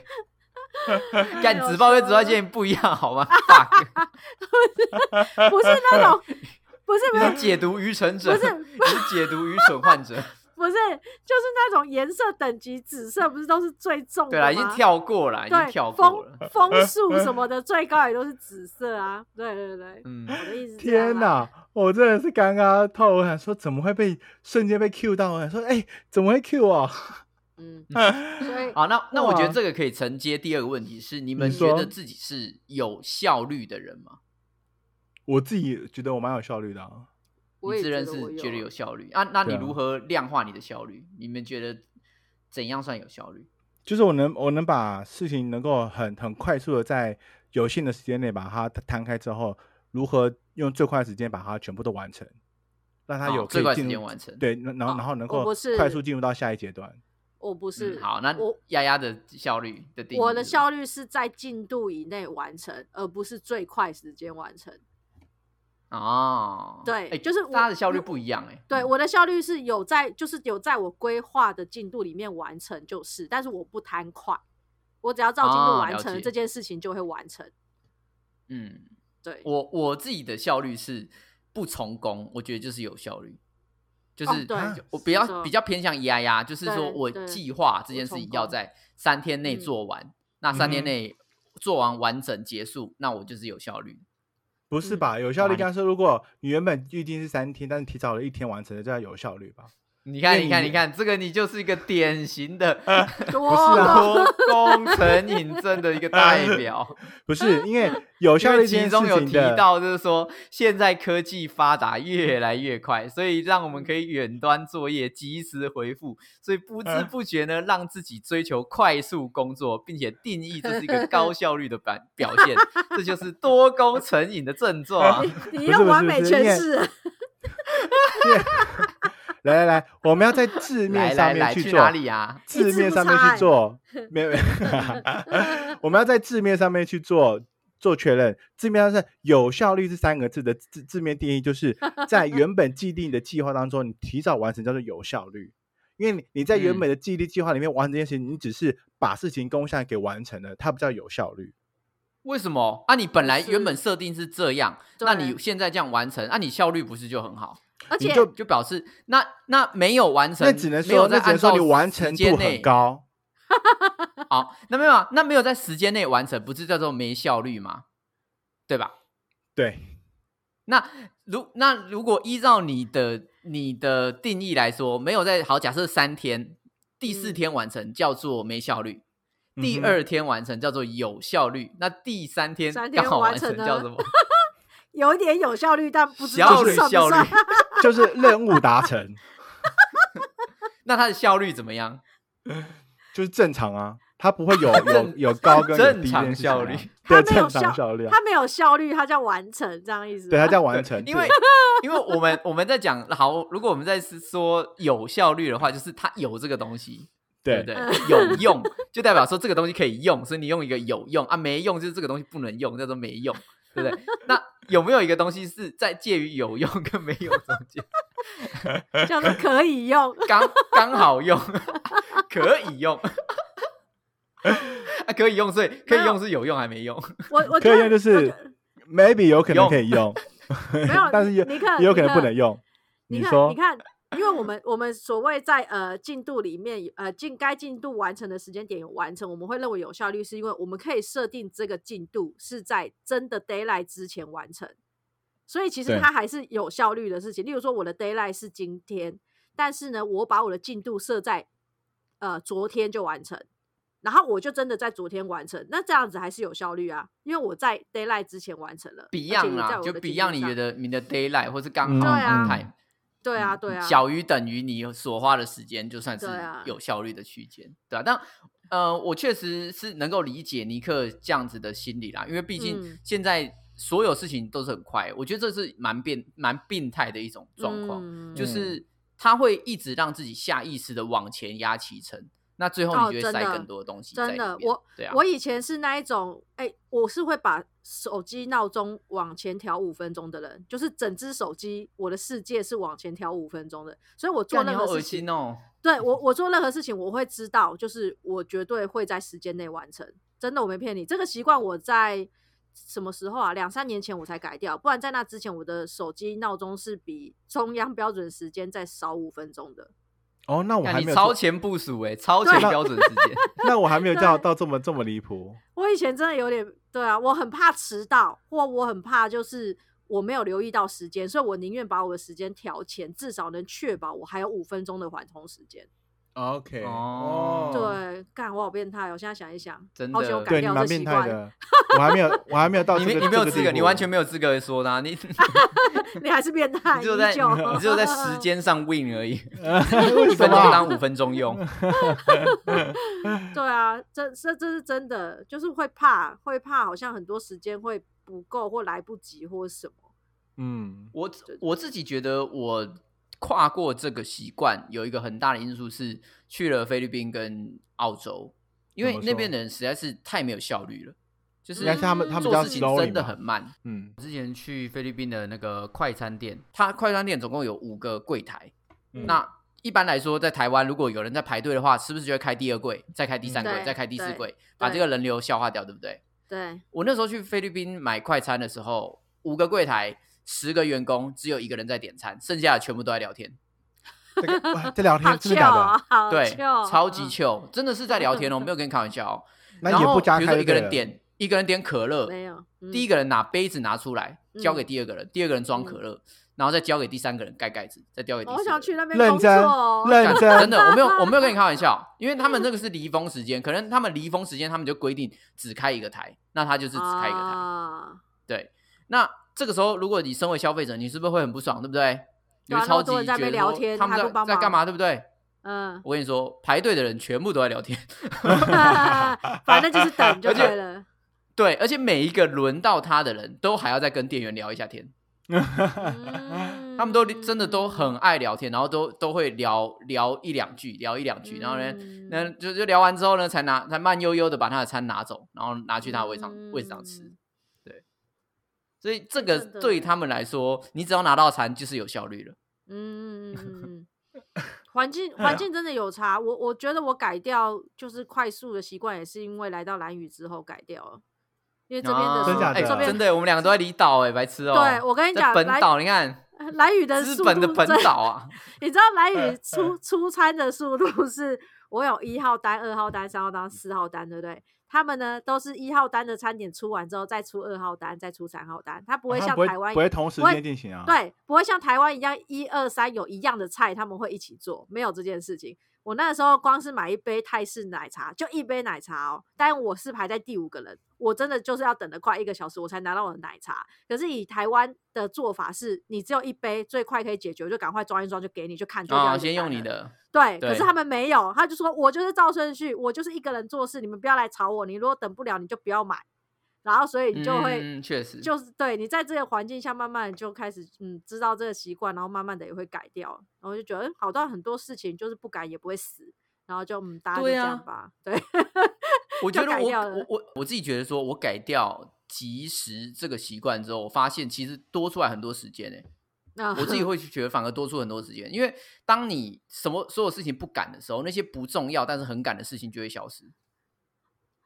Speaker 2: 哎
Speaker 3: 干
Speaker 2: 呦
Speaker 3: 紫爆跟
Speaker 2: 笑
Speaker 3: 紫外
Speaker 2: 死
Speaker 3: 线不一样，好 吗？bug，
Speaker 2: 不是 那种，不是不
Speaker 3: 你
Speaker 2: 是
Speaker 3: 是解读愚蠢者，
Speaker 2: 不是
Speaker 3: 你是解读愚蠢患者。
Speaker 2: 不是，就是那种颜色等级，紫色不是都是最重
Speaker 3: 对
Speaker 2: 的
Speaker 3: 啦，
Speaker 2: 吗？
Speaker 3: 已经跳过了，已经
Speaker 2: 对
Speaker 3: 跳过
Speaker 2: 枫
Speaker 3: 了。
Speaker 2: 枫树什 么的，最高也都是紫色啊。对对对，
Speaker 3: 嗯，
Speaker 2: 我的意思是这样
Speaker 1: 天
Speaker 2: 啦，
Speaker 1: 哪！我真的是尴尬透，我想说怎么会被瞬间被 Q 到？我想说，哎、怎么会 Q 啊 我？
Speaker 2: 嗯，所以
Speaker 3: 好，那那我觉
Speaker 1: 哇
Speaker 3: 得这个可以承接第二个问题是，你们
Speaker 1: 你
Speaker 3: 觉
Speaker 1: 说
Speaker 3: 得自己是有效率的人吗？
Speaker 1: 我自己觉得我蛮有效率的、啊，
Speaker 2: 我
Speaker 3: 你
Speaker 2: 也
Speaker 3: 自认
Speaker 2: 得我
Speaker 3: 是觉得有
Speaker 2: 有，
Speaker 3: 效率啊？那你
Speaker 1: 对啊
Speaker 3: 如何量化你的效率？你们觉得怎样算有效率？
Speaker 1: 就是我能我能把事情能够很很快速的在有限的时间内把它摊开之后，如何用最快的时间把它全部都完成，让它
Speaker 3: 啊
Speaker 1: 有可
Speaker 3: 最
Speaker 1: 以
Speaker 3: 快
Speaker 1: 进
Speaker 3: 时
Speaker 1: 入
Speaker 3: 间完成。
Speaker 1: 对，然后然后
Speaker 2: 啊
Speaker 1: 能
Speaker 2: 我
Speaker 1: 够
Speaker 2: 不是
Speaker 1: 快速进入到下一阶段。
Speaker 2: 我我不是。
Speaker 3: 嗯好，那
Speaker 2: 我
Speaker 3: 丫丫的效率的定义，
Speaker 2: 我的，效率是在进度以内完成，而不是最快时间完成。
Speaker 3: 哦，
Speaker 2: 对
Speaker 3: 哎
Speaker 2: 就是我
Speaker 3: 大家的效率
Speaker 2: 如
Speaker 3: 不一样，哎，
Speaker 2: 对，我的效率是有在，就是有在我规划的进度里面完成，就是，但是我不贪快，我只要照进度
Speaker 3: 哦
Speaker 2: 完
Speaker 3: 了
Speaker 2: 成、
Speaker 3: 解
Speaker 2: 这件事情就会完成。
Speaker 3: 嗯，
Speaker 2: 对，
Speaker 1: 哦
Speaker 3: 我 我自己的效率是不从工，我觉得就是有效率，就是、
Speaker 2: 哦对
Speaker 1: 啊
Speaker 3: 就我
Speaker 2: 是
Speaker 3: 比较
Speaker 2: 没错
Speaker 3: 比较偏向丫丫，就是说
Speaker 2: 对
Speaker 3: 我
Speaker 2: 对
Speaker 3: 计划这件事
Speaker 2: 我
Speaker 3: 情
Speaker 2: 从
Speaker 3: 要
Speaker 2: 工
Speaker 3: 在三天内
Speaker 2: 嗯
Speaker 3: 做完，那三天
Speaker 1: 嗯哼
Speaker 3: 内做完完整结束，那我就是有效率。
Speaker 1: 不是
Speaker 2: 嗯
Speaker 1: 吧？有效率，
Speaker 3: 哇
Speaker 1: 刚刚说，如果你原本预定是三天，但是提早了一天完成的，这叫有效率吧？
Speaker 3: 你看，
Speaker 1: 因为
Speaker 3: 你看，
Speaker 1: 你
Speaker 3: 你看，这个你就是一个典型的
Speaker 1: 不
Speaker 2: 多
Speaker 1: 是啊
Speaker 3: 多功成瘾症的一个代 表。
Speaker 1: 不是，因 为有效
Speaker 3: 因
Speaker 1: 率
Speaker 3: 为
Speaker 1: 这件
Speaker 3: 其
Speaker 1: 事
Speaker 3: 中有
Speaker 1: 情
Speaker 3: 提
Speaker 1: 的，
Speaker 3: 到，就是说现在科技发达越来越快，所以让我们可以远端作业、及时回复，所以不知
Speaker 1: 嗯
Speaker 3: 不觉呢，让自己追求快速工作，并且定义这是一个 高效率的表表现，这就是多功成瘾的症 状。
Speaker 1: 不
Speaker 2: 你
Speaker 1: 是不
Speaker 2: 用
Speaker 1: 是
Speaker 2: 完
Speaker 1: 不
Speaker 2: 美
Speaker 1: 是
Speaker 2: 诠
Speaker 1: 念
Speaker 2: 释，
Speaker 1: 来来来，我们要在字面
Speaker 3: 来
Speaker 1: 上
Speaker 3: 来
Speaker 1: 面
Speaker 3: 来，
Speaker 1: 去
Speaker 3: 去
Speaker 1: 做
Speaker 3: 哪，里啊呀、
Speaker 1: 字
Speaker 2: 字
Speaker 1: 面
Speaker 2: 不
Speaker 1: 上面
Speaker 2: 差欸
Speaker 1: 去做，没 有，我们要在字面上面去做做确认。字面上是有效率这三个字的字字面定 义，就是在原本既定的计划当中，你提早完成叫做有效率。因为你你在
Speaker 3: 嗯
Speaker 1: 原本的既定计划里面完成这件事情，你只是把事情攻下给完成了，它不叫有效率。
Speaker 3: 为什么？啊，你本来
Speaker 2: 是
Speaker 3: 原本设定是这样，那
Speaker 2: 对
Speaker 3: 你现在这样完成，啊，你效率不是就很好？
Speaker 2: 而
Speaker 1: 你
Speaker 2: 且
Speaker 1: 就
Speaker 3: 就表示那那没有完成，
Speaker 1: 那只能
Speaker 3: 没有
Speaker 1: 说，
Speaker 3: 在
Speaker 1: 那只
Speaker 3: 按
Speaker 1: 能说
Speaker 3: 照
Speaker 1: 你完
Speaker 3: 时
Speaker 1: 成
Speaker 3: 间
Speaker 1: 度
Speaker 3: 内
Speaker 1: 很高。
Speaker 3: 好，那没有啊，那没有在时间内完成，不是叫做没效率吗？对吧？
Speaker 1: 对，
Speaker 3: 那如那如果依照你的你的定义来说，没有在好，假设三天，第四
Speaker 2: 嗯
Speaker 3: 天完成叫做没效率，第
Speaker 1: 嗯哼
Speaker 3: 二天完成叫做有效率，那第三天
Speaker 2: 三天
Speaker 3: 刚好
Speaker 2: 完
Speaker 3: 完成
Speaker 2: 成呢
Speaker 3: 叫什么？
Speaker 2: 有一点有效率，但不知
Speaker 3: 效
Speaker 2: 道
Speaker 3: 率
Speaker 2: 算
Speaker 3: 效
Speaker 2: 不
Speaker 3: 率
Speaker 2: 算。
Speaker 1: 就是任务达成，
Speaker 3: 那它的效率怎么样？
Speaker 1: 就是正常啊，它不会 有有有高跟有
Speaker 3: 正
Speaker 1: 低这
Speaker 3: 常
Speaker 1: 件事情
Speaker 3: 效
Speaker 1: 啊
Speaker 3: 率，
Speaker 1: 对，
Speaker 2: 它没有
Speaker 1: 正常效率啊，
Speaker 2: 它没有效率，它叫完成，这样意思吗。
Speaker 1: 对，它叫完成，
Speaker 3: 因为 因为我们我们在讲好，如果我们在是说有效率的话，就是它有这个东西，
Speaker 1: 对
Speaker 3: 对不对？有用就代表说这个东西可以用，所以你用一个有用啊，没用就是这个东西不能用，叫做没用，对不对？那有没有一个东西是在介于有用跟没用中间，
Speaker 2: 叫做可以用。
Speaker 3: 刚刚好用，可以用？啊，可以用，所以可以用是有用还没用？
Speaker 2: 我我觉
Speaker 1: 可以
Speaker 2: 得
Speaker 1: 用就是 maybe 有可能可以用，，
Speaker 2: 没有
Speaker 1: 但是也
Speaker 2: 尼克
Speaker 1: 也有可能
Speaker 2: 尼
Speaker 1: 不
Speaker 2: 克
Speaker 1: 能用。
Speaker 2: 你看，
Speaker 1: 说
Speaker 2: 你，看，因为我们我们所谓在呃进度里面，呃进该进度完成的时间点有完成，我们会认为有效率，是因为我们可以设定这个进度是在真的 d a y l i g h t 之前完成，所以其实
Speaker 1: 对
Speaker 2: 它还是有效率的事情。例如说，我的 d a y l i g h t 是今天，但是呢，我把我的进度设在呃昨天就完成。然后我就真的在昨天完成，那这样子还是有效率啊，因为我在 d a y l i g h t 之前完成了。而且也
Speaker 3: Beyond
Speaker 2: 在
Speaker 3: 啊，
Speaker 2: 我
Speaker 3: 就
Speaker 2: 的进度
Speaker 3: Beyond，你
Speaker 2: 上
Speaker 3: 觉得你的 d a y l i g h t 或是刚
Speaker 1: 嗯
Speaker 3: 好
Speaker 2: 对啊
Speaker 3: on time，
Speaker 2: 对啊，
Speaker 3: 嗯
Speaker 2: 对啊，
Speaker 3: 小于等于你所花的时间，就算是
Speaker 2: 对啊
Speaker 3: 有效率的区间，对啊，但呃，我确实是能够理解尼克这样子的心理啦，因为毕
Speaker 2: 嗯
Speaker 3: 竟现在所有事情都是很快，我觉得这是蛮变蛮病态的一种状况，
Speaker 2: 嗯
Speaker 3: 就是他会一直让自己下意识的往前压骑乘，那最后
Speaker 2: 哦
Speaker 3: 你就会
Speaker 2: 真
Speaker 3: 塞
Speaker 2: 的
Speaker 3: 更多的东西在
Speaker 2: 真
Speaker 3: 里
Speaker 2: 的，
Speaker 3: 面
Speaker 2: 我、
Speaker 3: 对啊，
Speaker 2: 我以前是那一种，哎、我是会把手机闹钟往前调五分钟的人，就是整只手机，我的世界是往前调五分钟的，所以我做
Speaker 3: 干你
Speaker 2: 任
Speaker 3: 好
Speaker 2: 何
Speaker 3: 恶
Speaker 2: 事情，
Speaker 3: 心哦，
Speaker 2: 对我我做任何事情，我会知道，就是我绝对会在时间内完成，真的，我没骗你，这个习惯我在。什么时候啊？两三年前我才改掉，不然在那之前，我的手机闹钟是比中央标准时间再少五分钟的。
Speaker 1: 哦，那我
Speaker 3: 干
Speaker 1: 还
Speaker 3: 你
Speaker 1: 没有
Speaker 3: 超
Speaker 1: 做，
Speaker 3: 前部署哎、超前
Speaker 1: 对
Speaker 3: 标准时间。
Speaker 1: 那我还没有到
Speaker 2: 对
Speaker 1: 到这么这么离谱。
Speaker 2: 我以前真的有点对啊，我很怕迟到，或我很怕就是我没有留意到时间，所以我宁愿把我的时间调前，至少能确保我还有五分钟的缓冲时间。
Speaker 1: OK，
Speaker 3: 哦
Speaker 2: 对，干我好变态哦！现在想一想，
Speaker 3: 真
Speaker 2: 好想
Speaker 3: 的
Speaker 2: 改
Speaker 1: 对你
Speaker 2: 掉
Speaker 1: 蛮
Speaker 2: 这
Speaker 1: 变
Speaker 2: 习
Speaker 1: 态
Speaker 2: 惯，
Speaker 1: 的，我还没有我还没有 到
Speaker 3: 你
Speaker 1: 这
Speaker 3: 没
Speaker 1: 个，
Speaker 3: 你没有
Speaker 1: 这个
Speaker 3: 资格，
Speaker 1: 地
Speaker 3: 你
Speaker 1: 步
Speaker 3: 完全没有资格说他，你
Speaker 2: 你还是变 态，
Speaker 3: 你只有在
Speaker 2: 依旧
Speaker 3: 你只有在时，间上 win 而已， 一
Speaker 1: 为什
Speaker 3: 分钟
Speaker 1: 么？啊
Speaker 3: 当五分钟 用，
Speaker 2: 对啊，这这这是真的，就是会怕，会怕，好像很多时间会不够或来不及或什么。
Speaker 1: 嗯，
Speaker 3: 我我自己觉得我跨过这个习惯，有一个很大的因素是去了菲律宾跟澳洲，因为
Speaker 1: 怎么
Speaker 3: 那边
Speaker 1: 说
Speaker 3: 的人实在是太没有效率了，就是
Speaker 1: 应该是他们他们比
Speaker 3: 做
Speaker 1: 较
Speaker 3: 事
Speaker 1: s
Speaker 3: 情
Speaker 1: l o w
Speaker 3: 真的很慢。
Speaker 1: 嗯
Speaker 3: 之前去菲律宾的那个快餐店，它快餐店总共有五个柜台，
Speaker 1: 嗯
Speaker 3: 那。一般来说，在台湾如果有人在排队的话，是不是就会开第二柜，再开第三
Speaker 1: 嗯
Speaker 3: 柜，
Speaker 2: 对
Speaker 3: 再开第四
Speaker 2: 对
Speaker 3: 柜，把这
Speaker 2: 对
Speaker 3: 个人流消化掉，对不对？
Speaker 2: 对，
Speaker 1: 哦
Speaker 3: 我那时候去菲律宾买快餐的时候，五个柜台，十个员工，只有一个人在点餐，剩下的全部都在聊天。
Speaker 1: 这个哇在聊
Speaker 2: 好
Speaker 1: 天，真的
Speaker 2: 翘
Speaker 1: 假的？
Speaker 2: 啊，好
Speaker 3: 对，
Speaker 2: 翘啊，
Speaker 3: 超级 chill，真的是在聊 天哦，没有跟你开玩笑哦。
Speaker 1: 那也
Speaker 3: 然后
Speaker 1: 不加
Speaker 3: 比如
Speaker 1: 开
Speaker 3: 说
Speaker 1: 就
Speaker 3: 一个
Speaker 1: 对
Speaker 3: 人
Speaker 1: 了，
Speaker 3: 点，一个人点可乐，
Speaker 2: 没有，嗯
Speaker 3: 第一个人拿杯子拿出来，交给
Speaker 2: 嗯
Speaker 3: 第二个人，第二个人装可乐，然后再交给第三个人盖盖子，再交给第
Speaker 2: 哦我
Speaker 3: 四
Speaker 2: 想
Speaker 3: 个
Speaker 2: 去
Speaker 3: 人。
Speaker 2: 那边
Speaker 1: 认
Speaker 2: 工
Speaker 1: 真
Speaker 2: 作哦
Speaker 1: 认 真
Speaker 3: 真的，我没有，我没有跟你开玩笑，因为他们那个是离峰时间，可能他们离峰时间，他们就规定只开一个台，那他就是只开一个台。
Speaker 2: 啊
Speaker 3: 对，那这个时候，如果你身为消费者，你是不是会很不爽，对不对？你
Speaker 2: 对啊
Speaker 3: 会超
Speaker 2: 那么
Speaker 3: 级
Speaker 2: 多人在那
Speaker 3: 觉得
Speaker 2: 边聊
Speaker 3: 说
Speaker 2: 天
Speaker 3: 他们
Speaker 2: 还
Speaker 3: 在
Speaker 2: 不帮
Speaker 3: 在干
Speaker 2: 忙
Speaker 3: 嘛，对不对？
Speaker 2: 嗯，
Speaker 3: 我跟你说，排队的人全部都在聊天，
Speaker 2: 反正就是等就
Speaker 3: 而且
Speaker 2: 对了。
Speaker 3: 对，而且每一个轮到他的人都还要再跟店员聊一下天，
Speaker 2: 嗯
Speaker 3: 他们都真的都很爱聊天，然后都都会聊聊一两句，聊一两句，然后呢，那
Speaker 2: 嗯
Speaker 3: 就就聊完之后呢，才拿才慢悠悠的把他的餐拿走，然后拿去他的位上位置上吃。
Speaker 2: 嗯
Speaker 3: 所以这个
Speaker 2: 真的
Speaker 3: 对
Speaker 2: 耶
Speaker 3: 他们来说，你只要拿到餐就是有效率了。
Speaker 2: 嗯嗯嗯嗯嗯，环境环境真的有差。我我觉得我改掉就是快速的习惯，也是因为来到兰屿之后改掉了，因为这边的
Speaker 3: 啊
Speaker 2: 速
Speaker 1: 真假
Speaker 3: 哎
Speaker 1: 的
Speaker 2: 这边
Speaker 3: 真的耶，我们两个都在离岛哎，白痴哦。
Speaker 2: 对我跟你
Speaker 3: 在
Speaker 2: 讲，
Speaker 3: 本
Speaker 2: 来
Speaker 3: 岛你看，
Speaker 2: 来语的
Speaker 3: 资
Speaker 2: 速
Speaker 3: 本的
Speaker 2: 度
Speaker 3: 本
Speaker 2: 真
Speaker 3: 岛 啊，
Speaker 2: 你知道蓝宇
Speaker 1: 嗯
Speaker 2: 出出餐的速度 是，我有一号单、二号单、三号单、四号单，对不对？他们呢都是一号单的餐点出完之后再出二号单，再出三号单，他不
Speaker 1: 不
Speaker 2: 会像
Speaker 1: 哦啊不会
Speaker 2: 台湾
Speaker 1: 不会同时
Speaker 2: 不会
Speaker 1: 间进行啊？，
Speaker 2: 对，不会像台湾一样一二三有一样的菜，他们会一起做，没有这件事情。我那时候光是买一杯泰式奶茶，就一杯奶茶哦，但我是排在第五个人，我真的就是要等了快一个小时，我才拿到我的奶茶。可是以台湾的做法是，你只有一杯，最快可以解决，我就赶快装一装就给你，就看就
Speaker 3: 啊，
Speaker 2: 了解
Speaker 3: 先用
Speaker 2: 单
Speaker 3: 你
Speaker 2: 了
Speaker 3: 的，
Speaker 2: 对，可
Speaker 3: 对
Speaker 2: 是他们没有，他就说我就是照顺序，我就是一个人做事，你们不要来吵我，你如果等不了，你就不要买。然后所以你 就会、
Speaker 3: 嗯确实，
Speaker 2: 就是对你在这个环境下，慢慢地就开始嗯知道这个习惯，然后慢慢的也会改掉。然后就觉得嗯好到很多事情就是不改也不会死，然后就嗯大家就
Speaker 3: 对
Speaker 2: 这
Speaker 3: 啊
Speaker 2: 样吧。对，
Speaker 3: 我觉
Speaker 2: 就
Speaker 3: 得
Speaker 2: 改
Speaker 3: 我
Speaker 2: 掉了
Speaker 3: 我我我自己觉得说，我改掉及时这个习惯之后，我发现其实多出来很多时间 诶，
Speaker 2: 那
Speaker 3: 我自己会去觉得反而多出很多时间，因为当你什么所有事情不赶的时候，那些不重要但是很赶的事情就会消失。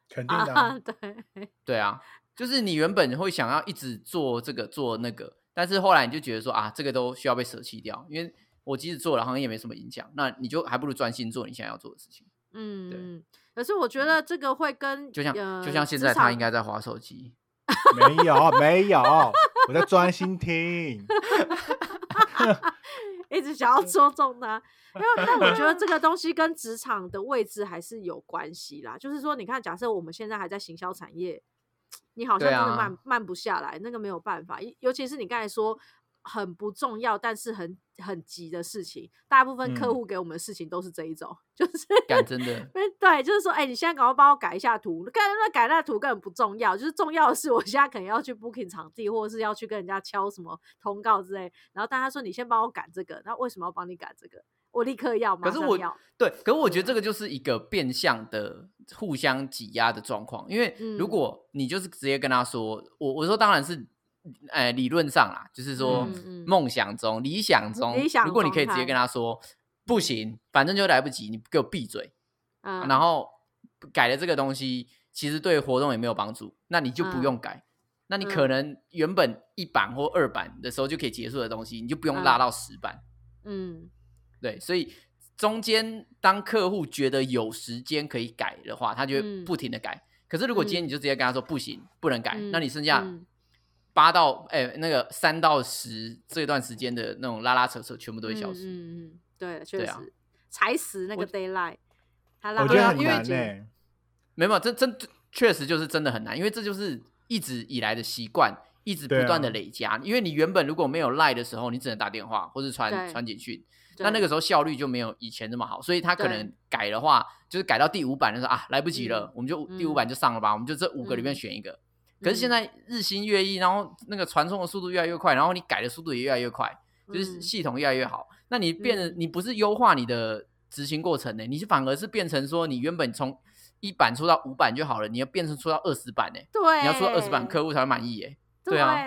Speaker 1: 肯定的啊
Speaker 2: 啊，对，
Speaker 3: 对啊，就是你原本会想要一直做这个做那个，但是后来你就觉得说啊，这个都需要被舍弃掉，因为我即使做了，好像也没什么影响，那你就还不如专心做你现在要做的事情。
Speaker 2: 嗯
Speaker 3: 对
Speaker 2: 嗯。可是我觉得这个会跟
Speaker 3: 就像、
Speaker 2: 呃、
Speaker 3: 就像现
Speaker 2: 职
Speaker 3: 在他
Speaker 2: 场
Speaker 3: 应该在划手机，
Speaker 1: 没有没有，我在专心 听。
Speaker 2: 一直想
Speaker 3: 嗯
Speaker 2: 要戳中他，因为但我觉得这个东西跟职场的位置还是有关系啦。就是说，你看，假设我们现在还在行销产业，你好像
Speaker 3: 对
Speaker 2: 真的
Speaker 3: 啊
Speaker 2: 慢、慢不下来，那个没有办法。尤尤其是你刚才说很不重要，但是很很急的事情，大部分客
Speaker 1: 嗯
Speaker 2: 户给我们的事情都是这一种， 就是。
Speaker 3: 干真的
Speaker 2: 对，就是说，哎、你现在赶快帮我改一下图，看那改那图根本不重要，就是重要的是我现在可能要去 booking 场地，或者是要去跟人家敲什么通告之类。然后但他说你先帮我赶这个，那为什么要帮你赶这个？我立刻要，马
Speaker 3: 可是
Speaker 2: 上
Speaker 3: 我
Speaker 2: 要，
Speaker 3: 对，可是我觉得这个就是一个变相的互相挤压的状况，因为如
Speaker 2: 嗯
Speaker 3: 果你就是直接跟他说，我我说当然是，呃，理论上啦，就是说
Speaker 2: 嗯嗯
Speaker 3: 梦想中、理想中，
Speaker 2: 理想
Speaker 3: 如果你可以直
Speaker 2: 状
Speaker 3: 接
Speaker 2: 态
Speaker 3: 跟他说不行，反正就来不及，你给我闭嘴，
Speaker 2: 嗯，
Speaker 3: 然后改了这个东西，其实对活动也没有帮助，那你就不用改。那你可
Speaker 2: 嗯
Speaker 3: 能原本一版或二版的时候就可以结束的东西，你就不用
Speaker 2: 嗯
Speaker 3: 拉到十版。
Speaker 2: 嗯
Speaker 3: 对，所以中间当客户觉得有时间可以改的话，他就会
Speaker 2: 嗯
Speaker 3: 不停的改。可是如果今天
Speaker 2: 嗯
Speaker 3: 你就直接跟他说不行，不能改，那
Speaker 2: 嗯
Speaker 3: 你剩下
Speaker 2: 嗯
Speaker 3: 八到哎、那个三到十这段时间的那种拉拉扯扯全部都会消
Speaker 2: 嗯
Speaker 3: 失。
Speaker 2: 嗯嗯，对，确
Speaker 3: 对啊
Speaker 2: 实踩死那个 d a y l i g h t 他让
Speaker 1: 我
Speaker 2: 他
Speaker 1: 觉得
Speaker 3: 啊
Speaker 1: 很
Speaker 3: 因为
Speaker 1: 难欸
Speaker 2: 解
Speaker 1: 呢、
Speaker 3: 没有没有，这真确实就是真的很难，因为这就是一直以来的习惯，一直不
Speaker 1: 对啊
Speaker 3: 断的累加。因为你原本如果没有赖的时候，你只能打电话或是传
Speaker 2: 对
Speaker 3: 传简讯，
Speaker 2: 对
Speaker 3: 那那个时候效率就没有以前那么好，所以他可
Speaker 2: 对
Speaker 3: 能改的话，就是改到第五版的时候啊，来不及了，
Speaker 2: 嗯
Speaker 3: 我们就第五
Speaker 2: 嗯
Speaker 3: 版就上了吧，我们就这五个里面
Speaker 2: 嗯
Speaker 3: 选一个。可是现
Speaker 2: 嗯
Speaker 3: 在日新月异，然后那个传送的速度越来越快，然后你改的速度也越来越快，就是
Speaker 2: 嗯
Speaker 3: 系统越来越好。那你变得、
Speaker 2: 嗯
Speaker 3: 你不是优化你的执行过程呢、你是反而是变成说你原本从一版出到五版就好了，你要变成出到二十版呢、
Speaker 2: 对，
Speaker 3: 你要出到二十版客户才会满意耶、对啊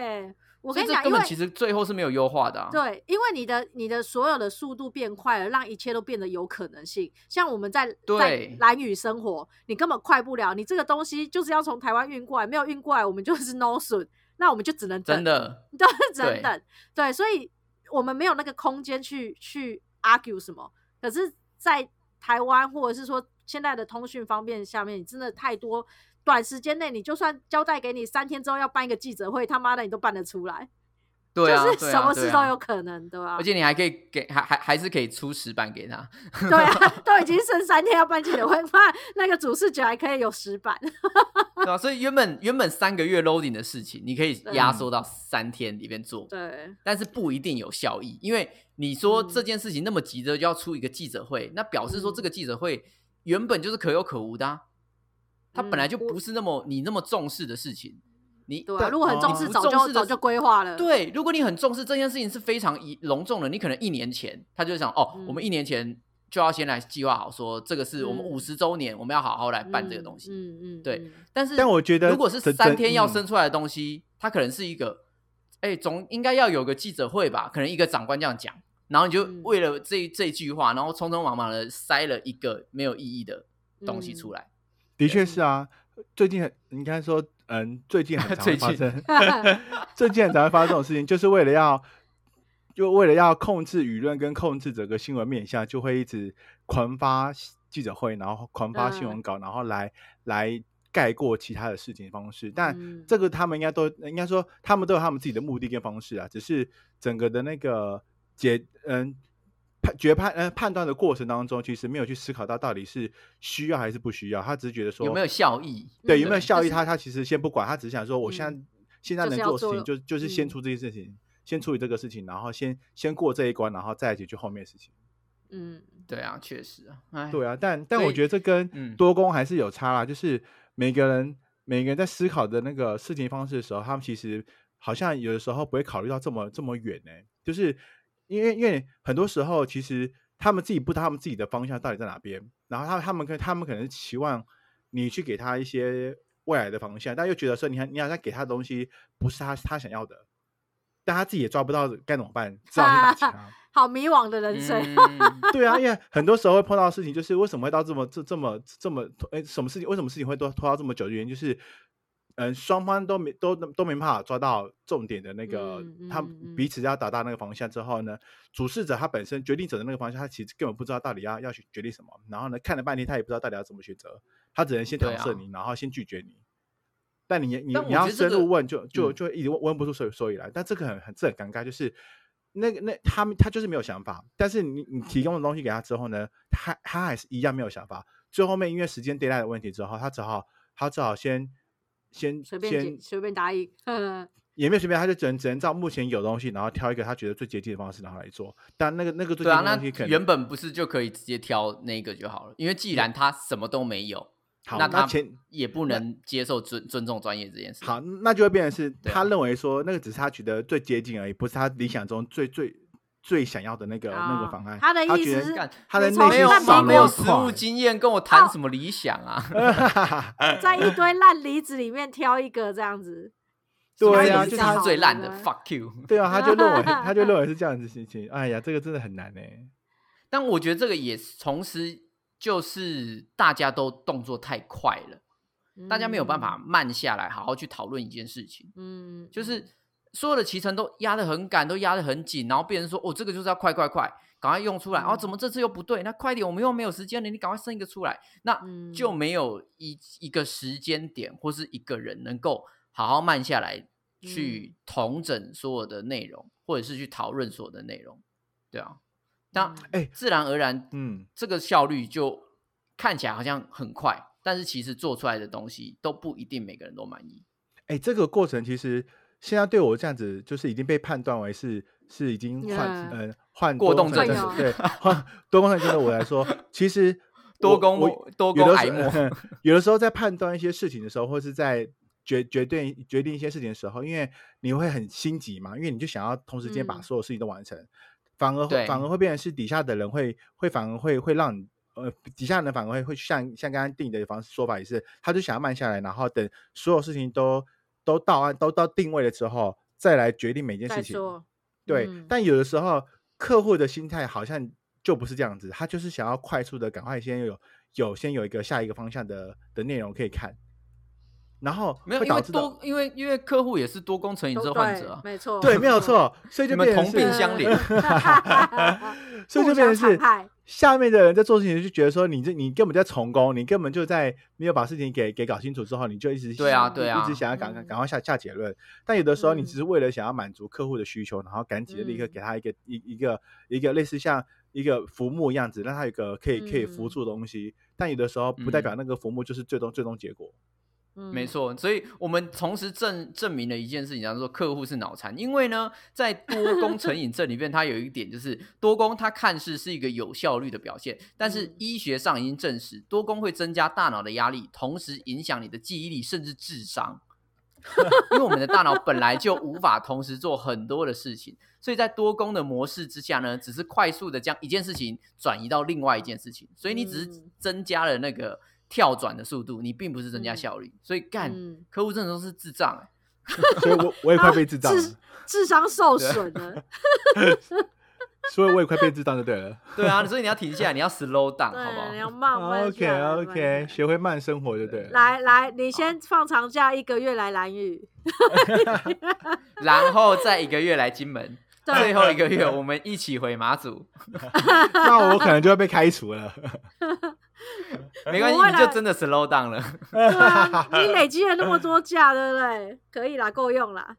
Speaker 2: 我
Speaker 3: 所
Speaker 2: 跟
Speaker 3: 以
Speaker 2: 你
Speaker 3: 这
Speaker 2: 讲，
Speaker 3: 根
Speaker 2: 因为
Speaker 3: 本其实最后是没有优化的、啊。
Speaker 2: 对，因为你的你的所有的速度变快了，让一切都变得有可能性。像我们在在
Speaker 3: 对
Speaker 2: 蓝屿生活，你根本快不了，你这个东西就是要从台湾运过来，没有运过来，我们就是 no soon，那 我们就只能等，
Speaker 3: 真的，
Speaker 2: 都是只能
Speaker 3: 对
Speaker 2: 等。对，所以我们没有那个空间去去 argue 什么。可是，在台湾或者是说现在的通讯方面下面，你真的太多。短时间内，你就算交代给你三天之后要办一个记者会，他妈的你都办得出来，
Speaker 3: 对啊，
Speaker 2: 就是
Speaker 3: 对啊
Speaker 2: 什么事都有
Speaker 3: 对啊
Speaker 2: 可能，对吧、
Speaker 3: 而且你还可以给还还还是可以出十版给 他，
Speaker 2: 对啊，都已经剩三天要办记者会，怕那个主视觉还可以有十版。
Speaker 3: 对啊，所以原本原本三个月 loading 的事情，你可以压缩到三天里面做，
Speaker 2: 对，
Speaker 3: 但是不一定有效益，因为你说
Speaker 2: 嗯
Speaker 3: 这件事情那么急着就要出一个记者会，那表示说这个记者会原本就是可有可无的、啊，它本来就
Speaker 2: 嗯我
Speaker 3: 不是那么你那么重视的事情，你
Speaker 2: 对啊，
Speaker 3: 但
Speaker 2: 如果很重
Speaker 1: 哦
Speaker 2: 视，
Speaker 1: 不
Speaker 2: 早
Speaker 3: 重
Speaker 2: 就
Speaker 3: 视的
Speaker 2: 早就规划了。
Speaker 3: 对，如果你很重视这件事情是非常以隆重的，你可能一年前他就想哦，我们一年前就要先来计划好说这个是我们
Speaker 2: 嗯
Speaker 3: 五十周年，我们要好好来
Speaker 2: 嗯，
Speaker 3: 办这个东西。
Speaker 2: 嗯嗯，
Speaker 3: 对
Speaker 2: 嗯，
Speaker 3: 但是，
Speaker 1: 但我觉得
Speaker 3: 如果是
Speaker 1: 整
Speaker 3: 三
Speaker 1: 整
Speaker 3: 天要
Speaker 1: 嗯
Speaker 3: 生出来的东西，它可能是一个，哎，总应该要有个记者会吧？可能一个长官这样讲，然后你就
Speaker 2: 嗯
Speaker 3: 为了这这句话，然后匆匆忙忙的塞了一个没有意义的东
Speaker 2: 嗯
Speaker 3: 西出来。
Speaker 1: 的确是啊，最近很应该说，嗯，最 近很常会
Speaker 3: 最
Speaker 1: 发
Speaker 3: 近
Speaker 1: 生， 最近很常会发生这种事情， 就是为了要，就为了要控制舆论跟控制整个新闻面向，就会一直狂发记者会，然后狂发新
Speaker 2: 嗯
Speaker 1: 闻稿，然后来来盖过其他的事情方式。但
Speaker 2: 嗯
Speaker 1: 这个他们应该都应该说，他们都有他们自己的目的跟方式啊，只是整个的那个解嗯。判决判呃判断的过程当中，其实没有去思考到到底是需要还是不需要，他只是觉得说
Speaker 3: 有没有效益？
Speaker 1: 对
Speaker 2: 嗯
Speaker 1: 有没有
Speaker 3: 对
Speaker 1: 效
Speaker 3: 就
Speaker 1: 益
Speaker 3: 是
Speaker 1: 他，他其实先不管，他只是想说，我现在、
Speaker 2: 嗯
Speaker 1: 现在
Speaker 2: 就是
Speaker 1: 能做
Speaker 2: 要
Speaker 1: 的事
Speaker 2: 做
Speaker 1: 情就就是
Speaker 2: 嗯
Speaker 1: 先出这件事情，先处理这个事情，然后先先过这一关，然后再解决后面的事情。
Speaker 2: 嗯，
Speaker 3: 对啊，确实啊，哎，
Speaker 1: 对啊，但但
Speaker 3: 所
Speaker 1: 我
Speaker 3: 以
Speaker 1: 觉得这跟
Speaker 3: 嗯
Speaker 1: 多工还是有差啦，就是每个人每个人在思考的那个事情方式的时候，他们其实好像有的时候不会考虑到这么这么远呢、就是因为因为很多时候其实他们自己不知道他们自己的方向到底在哪边，然后他他们跟他们可能期望你去给他一些未来的方向，但又觉得说你还你好像给他的东西不是他他想要的，但他自己也抓不到该怎么办，只好去打击他。
Speaker 2: 好迷惘的人 生。
Speaker 3: 嗯
Speaker 1: 对啊，因为很多时候会碰到的事情，就是为什么会到这么这这么这么哎，什么事情为什么事情会拖拖到这么久的原因，就是嗯、呃双方都没都都没办法抓到重点的那个，
Speaker 2: 嗯
Speaker 1: 他
Speaker 2: 嗯嗯
Speaker 1: 彼此要达到那个方向之后呢，主事者他本身决定者的那个方向，他其实根本不知道到底要要去决定什么，然后呢看了半天，他也不知道到底要怎么选择，他只能先
Speaker 3: 对
Speaker 1: 搪塞
Speaker 3: 啊
Speaker 1: 你，然后先拒绝你。但你你
Speaker 3: 但
Speaker 1: 你
Speaker 3: 我
Speaker 1: 要
Speaker 3: 觉得这
Speaker 1: 深
Speaker 3: 个
Speaker 1: 入问就，就
Speaker 3: 嗯
Speaker 1: 就一直问问不出所以所以来。但这个很很这很尴尬，就是那个那他们他就是没有想法，但是你你提供的东西给他之后呢，他他还是一样没有想法。最后面因为时间 d e a d l i n e 的问题之后，他只好他只好先先
Speaker 2: 随便解
Speaker 1: 先
Speaker 2: 随便答应，嗯
Speaker 1: 也没有随便，他就只能只能照目前有的东西，然后挑一个他觉得最接近的方式，然后来做。但那个那个最接
Speaker 3: 对啊，
Speaker 1: 近的东西
Speaker 3: 那
Speaker 1: 可
Speaker 3: 原
Speaker 1: 能
Speaker 3: 本不是就可以直接挑那个就好了？因为既然他什么都没有，
Speaker 1: 好，
Speaker 3: 那他
Speaker 1: 前
Speaker 3: 也不能接受尊尊重专业这件事。
Speaker 1: 好，那就会变成是
Speaker 3: 对
Speaker 1: 他
Speaker 3: 啊
Speaker 1: 认为说那个只是他觉得最接近而已，不是他理想中最最最想要的那个、那
Speaker 2: 啊
Speaker 1: 个方案。
Speaker 2: 他的意
Speaker 1: 觉
Speaker 2: 思
Speaker 1: 得
Speaker 2: 是
Speaker 3: 干，
Speaker 1: 他的内
Speaker 2: 你从
Speaker 1: 心
Speaker 3: 没有
Speaker 2: 烂
Speaker 3: 你
Speaker 1: 爽了
Speaker 2: 泥
Speaker 3: 没有
Speaker 1: 一
Speaker 2: 里
Speaker 3: 实
Speaker 1: 块
Speaker 3: 务经验，跟我
Speaker 1: 哦
Speaker 3: 谈什么理想啊？
Speaker 2: 在一堆烂梨子里面挑一个这样子。
Speaker 1: 对 啊
Speaker 2: 所以你
Speaker 1: 就嗯
Speaker 3: 这
Speaker 1: 是
Speaker 2: 比较好
Speaker 3: 是最烂的
Speaker 2: 对不对
Speaker 3: ，fuck you。
Speaker 1: 对啊，他就认为他就认为是这样子心情。哎呀，这个真的很难欸呢、
Speaker 3: 但我觉得这个也是同时就是大家都动作太快了，
Speaker 2: 嗯
Speaker 3: 大家没有办
Speaker 1: 嗯
Speaker 3: 法慢下来，好好去讨论一件事情。
Speaker 2: 嗯，嗯，
Speaker 3: 就是所有的骑程都压得很赶，都压得很紧，然后别人说哦，这个就是要快快快，赶快用出来。哦，
Speaker 2: 嗯
Speaker 3: 怎么这次又不对？那快点，我们又没有时间了，你赶快生一个出来。那
Speaker 2: 嗯
Speaker 3: 就没有一一个时间点或是一个人能够好好慢下来
Speaker 2: 嗯
Speaker 3: 去统整所有的内容，或者是去讨论所有的内容，对啊。那
Speaker 2: 嗯
Speaker 1: 哎
Speaker 3: 自然而然，
Speaker 1: 嗯，
Speaker 3: 这个效率就看起来好像很快，但是其实做出来的东西都不一定每个人都满意。
Speaker 1: 哎，这个过程其实现在对我这样子，就是已经被判断为是是已经患嗯
Speaker 2: Yeah
Speaker 1: 患
Speaker 3: 过
Speaker 1: 多
Speaker 3: 动
Speaker 1: 症
Speaker 2: 症
Speaker 1: 的
Speaker 2: 哎
Speaker 1: 对患多动症症的我来说，其实
Speaker 3: 多
Speaker 1: 我
Speaker 3: 功
Speaker 1: 我
Speaker 3: 多
Speaker 1: 有
Speaker 3: 功
Speaker 1: 的
Speaker 3: 癌
Speaker 1: 时候
Speaker 3: 末
Speaker 1: 有的时候在判断一些事情的时候，或是在决决定决定一些事情的时候，因为你会很心急嘛，因为你就想要同时间把
Speaker 2: 嗯
Speaker 1: 所有事情都完成。反而会
Speaker 3: 对
Speaker 1: 反而会变成是底下的人会会反而会会让你呃底下人反而会会像像刚刚定的方式说法也是，他就想要慢下来，然后等所有事情都都到案都到定位了之后，再来决定每件
Speaker 2: 再
Speaker 1: 事情。
Speaker 2: 说，
Speaker 1: 对，
Speaker 2: 嗯
Speaker 1: 但有的时候客户的心态好像就不是这样子，他就是想要快速的赶快先有有先有一个下一个方向的的内容可以看，然后
Speaker 3: 没有，
Speaker 1: 会
Speaker 3: 因
Speaker 1: 导
Speaker 3: 为
Speaker 1: 致到
Speaker 3: 多，因为因为客户也是多功成瘾
Speaker 2: 都
Speaker 3: 症
Speaker 2: 对，
Speaker 3: 患者啊，
Speaker 2: 没错，
Speaker 1: 对，没有， 错，所以
Speaker 3: 你
Speaker 1: 就
Speaker 3: 们
Speaker 1: 变成
Speaker 3: 同
Speaker 1: 是
Speaker 3: 病相怜。
Speaker 1: 所以
Speaker 2: 互
Speaker 1: 就变成
Speaker 2: 相
Speaker 1: 是
Speaker 2: 残害
Speaker 1: 下面的人在做事情就觉得说你这你根本在从工，你根本就在没有把事情给给搞清楚之后，你就一直
Speaker 3: 对啊
Speaker 1: 一
Speaker 3: 对
Speaker 1: 一
Speaker 3: 啊
Speaker 1: 直想要赶赶
Speaker 2: 嗯
Speaker 1: 赶快下下结论。但有的时候你
Speaker 2: 嗯
Speaker 1: 只是为了想要满足客户的需求，然后赶紧地立刻
Speaker 2: 嗯
Speaker 1: 给他一个一一个一个类似像一个浮木样子，让他有个可以可以扶
Speaker 2: 嗯
Speaker 1: 住的东西。但有的时候不代表那个浮木就是最终最终结 果。
Speaker 2: 嗯
Speaker 3: 没，错，所以我们同时证证明了一件事情，叫做客户是脑残。因为呢，在多功成瘾症里面，它有一点就是多功，它看似是一个有效率的表现，但是
Speaker 2: 嗯
Speaker 3: 医学上已经证实，多功会增加大脑的压力，同时影响你的记忆力甚至智商。 因为我们的大脑本来就无法同时做很多的事情，所以在多功的模式之下呢，只是快速的将一件事情转移到另外一件事情，所以你只是
Speaker 2: 嗯
Speaker 3: 增加了那个跳转的速度，你并不是增加
Speaker 2: 嗯
Speaker 3: 效率。所以干、
Speaker 2: 嗯
Speaker 3: 客户真的都是智障、欸，
Speaker 1: 所以我我也快被智障了，
Speaker 2: 啊智智商受损了，
Speaker 1: 所以我也快被智障就对了。
Speaker 3: 对啊，所以你要停下来，你要 slow down，好不
Speaker 2: 对，你要
Speaker 3: 好？
Speaker 2: 慢慢
Speaker 1: OK
Speaker 2: 下来
Speaker 1: OK，。学会慢生活就对了。
Speaker 2: 慢慢下来来来，你先放长假一个月来蓝屿，
Speaker 3: 然后再一个月来金门，最
Speaker 2: 对，
Speaker 3: 后一个月我们一起回马 祖，
Speaker 1: 那我可能就要被开除了。
Speaker 3: 没关系，
Speaker 2: 不会
Speaker 3: 你
Speaker 2: 啦
Speaker 3: 就真的 slow down 了。
Speaker 2: 对啊，你累积了那么多假，对不对？可以啦，够用啦。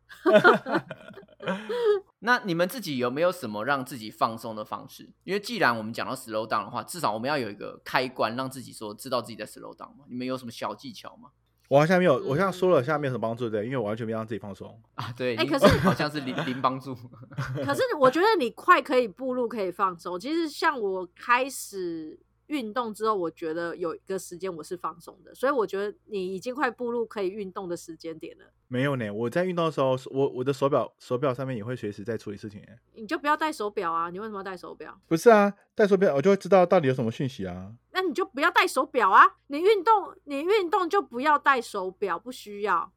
Speaker 3: 那你们自己有没有什么让自己放松的方式？因为既然我们讲到 slow down 的话，至少我们要有一个开关，让自己说知道自己在 slow down 嘛。你们有什么小技巧吗？
Speaker 1: 我好像没有，我像说了，好像没有什么帮助，对，因为我完全没让自己放松。
Speaker 3: 啊，对，
Speaker 2: 哎
Speaker 3: 你
Speaker 2: 可是
Speaker 3: 好像是零零帮助，
Speaker 2: 可是我觉得你快可以步入，可以放松。其实像我开始运动之后，我觉得有一个时间我是放松的，所以我觉得你已经快步入可以运动的时间点了。
Speaker 1: 没有呢，我在运动的时候，我我的手表手表上面也会随时在处理事情耶。
Speaker 2: 你就不要戴手表啊！你为什么要戴手表？
Speaker 1: 不是啊，戴手表我就会知道到底有什么讯息啊。
Speaker 2: 那你就不要戴手表啊！你运动，你运动就不要戴手表，不需要。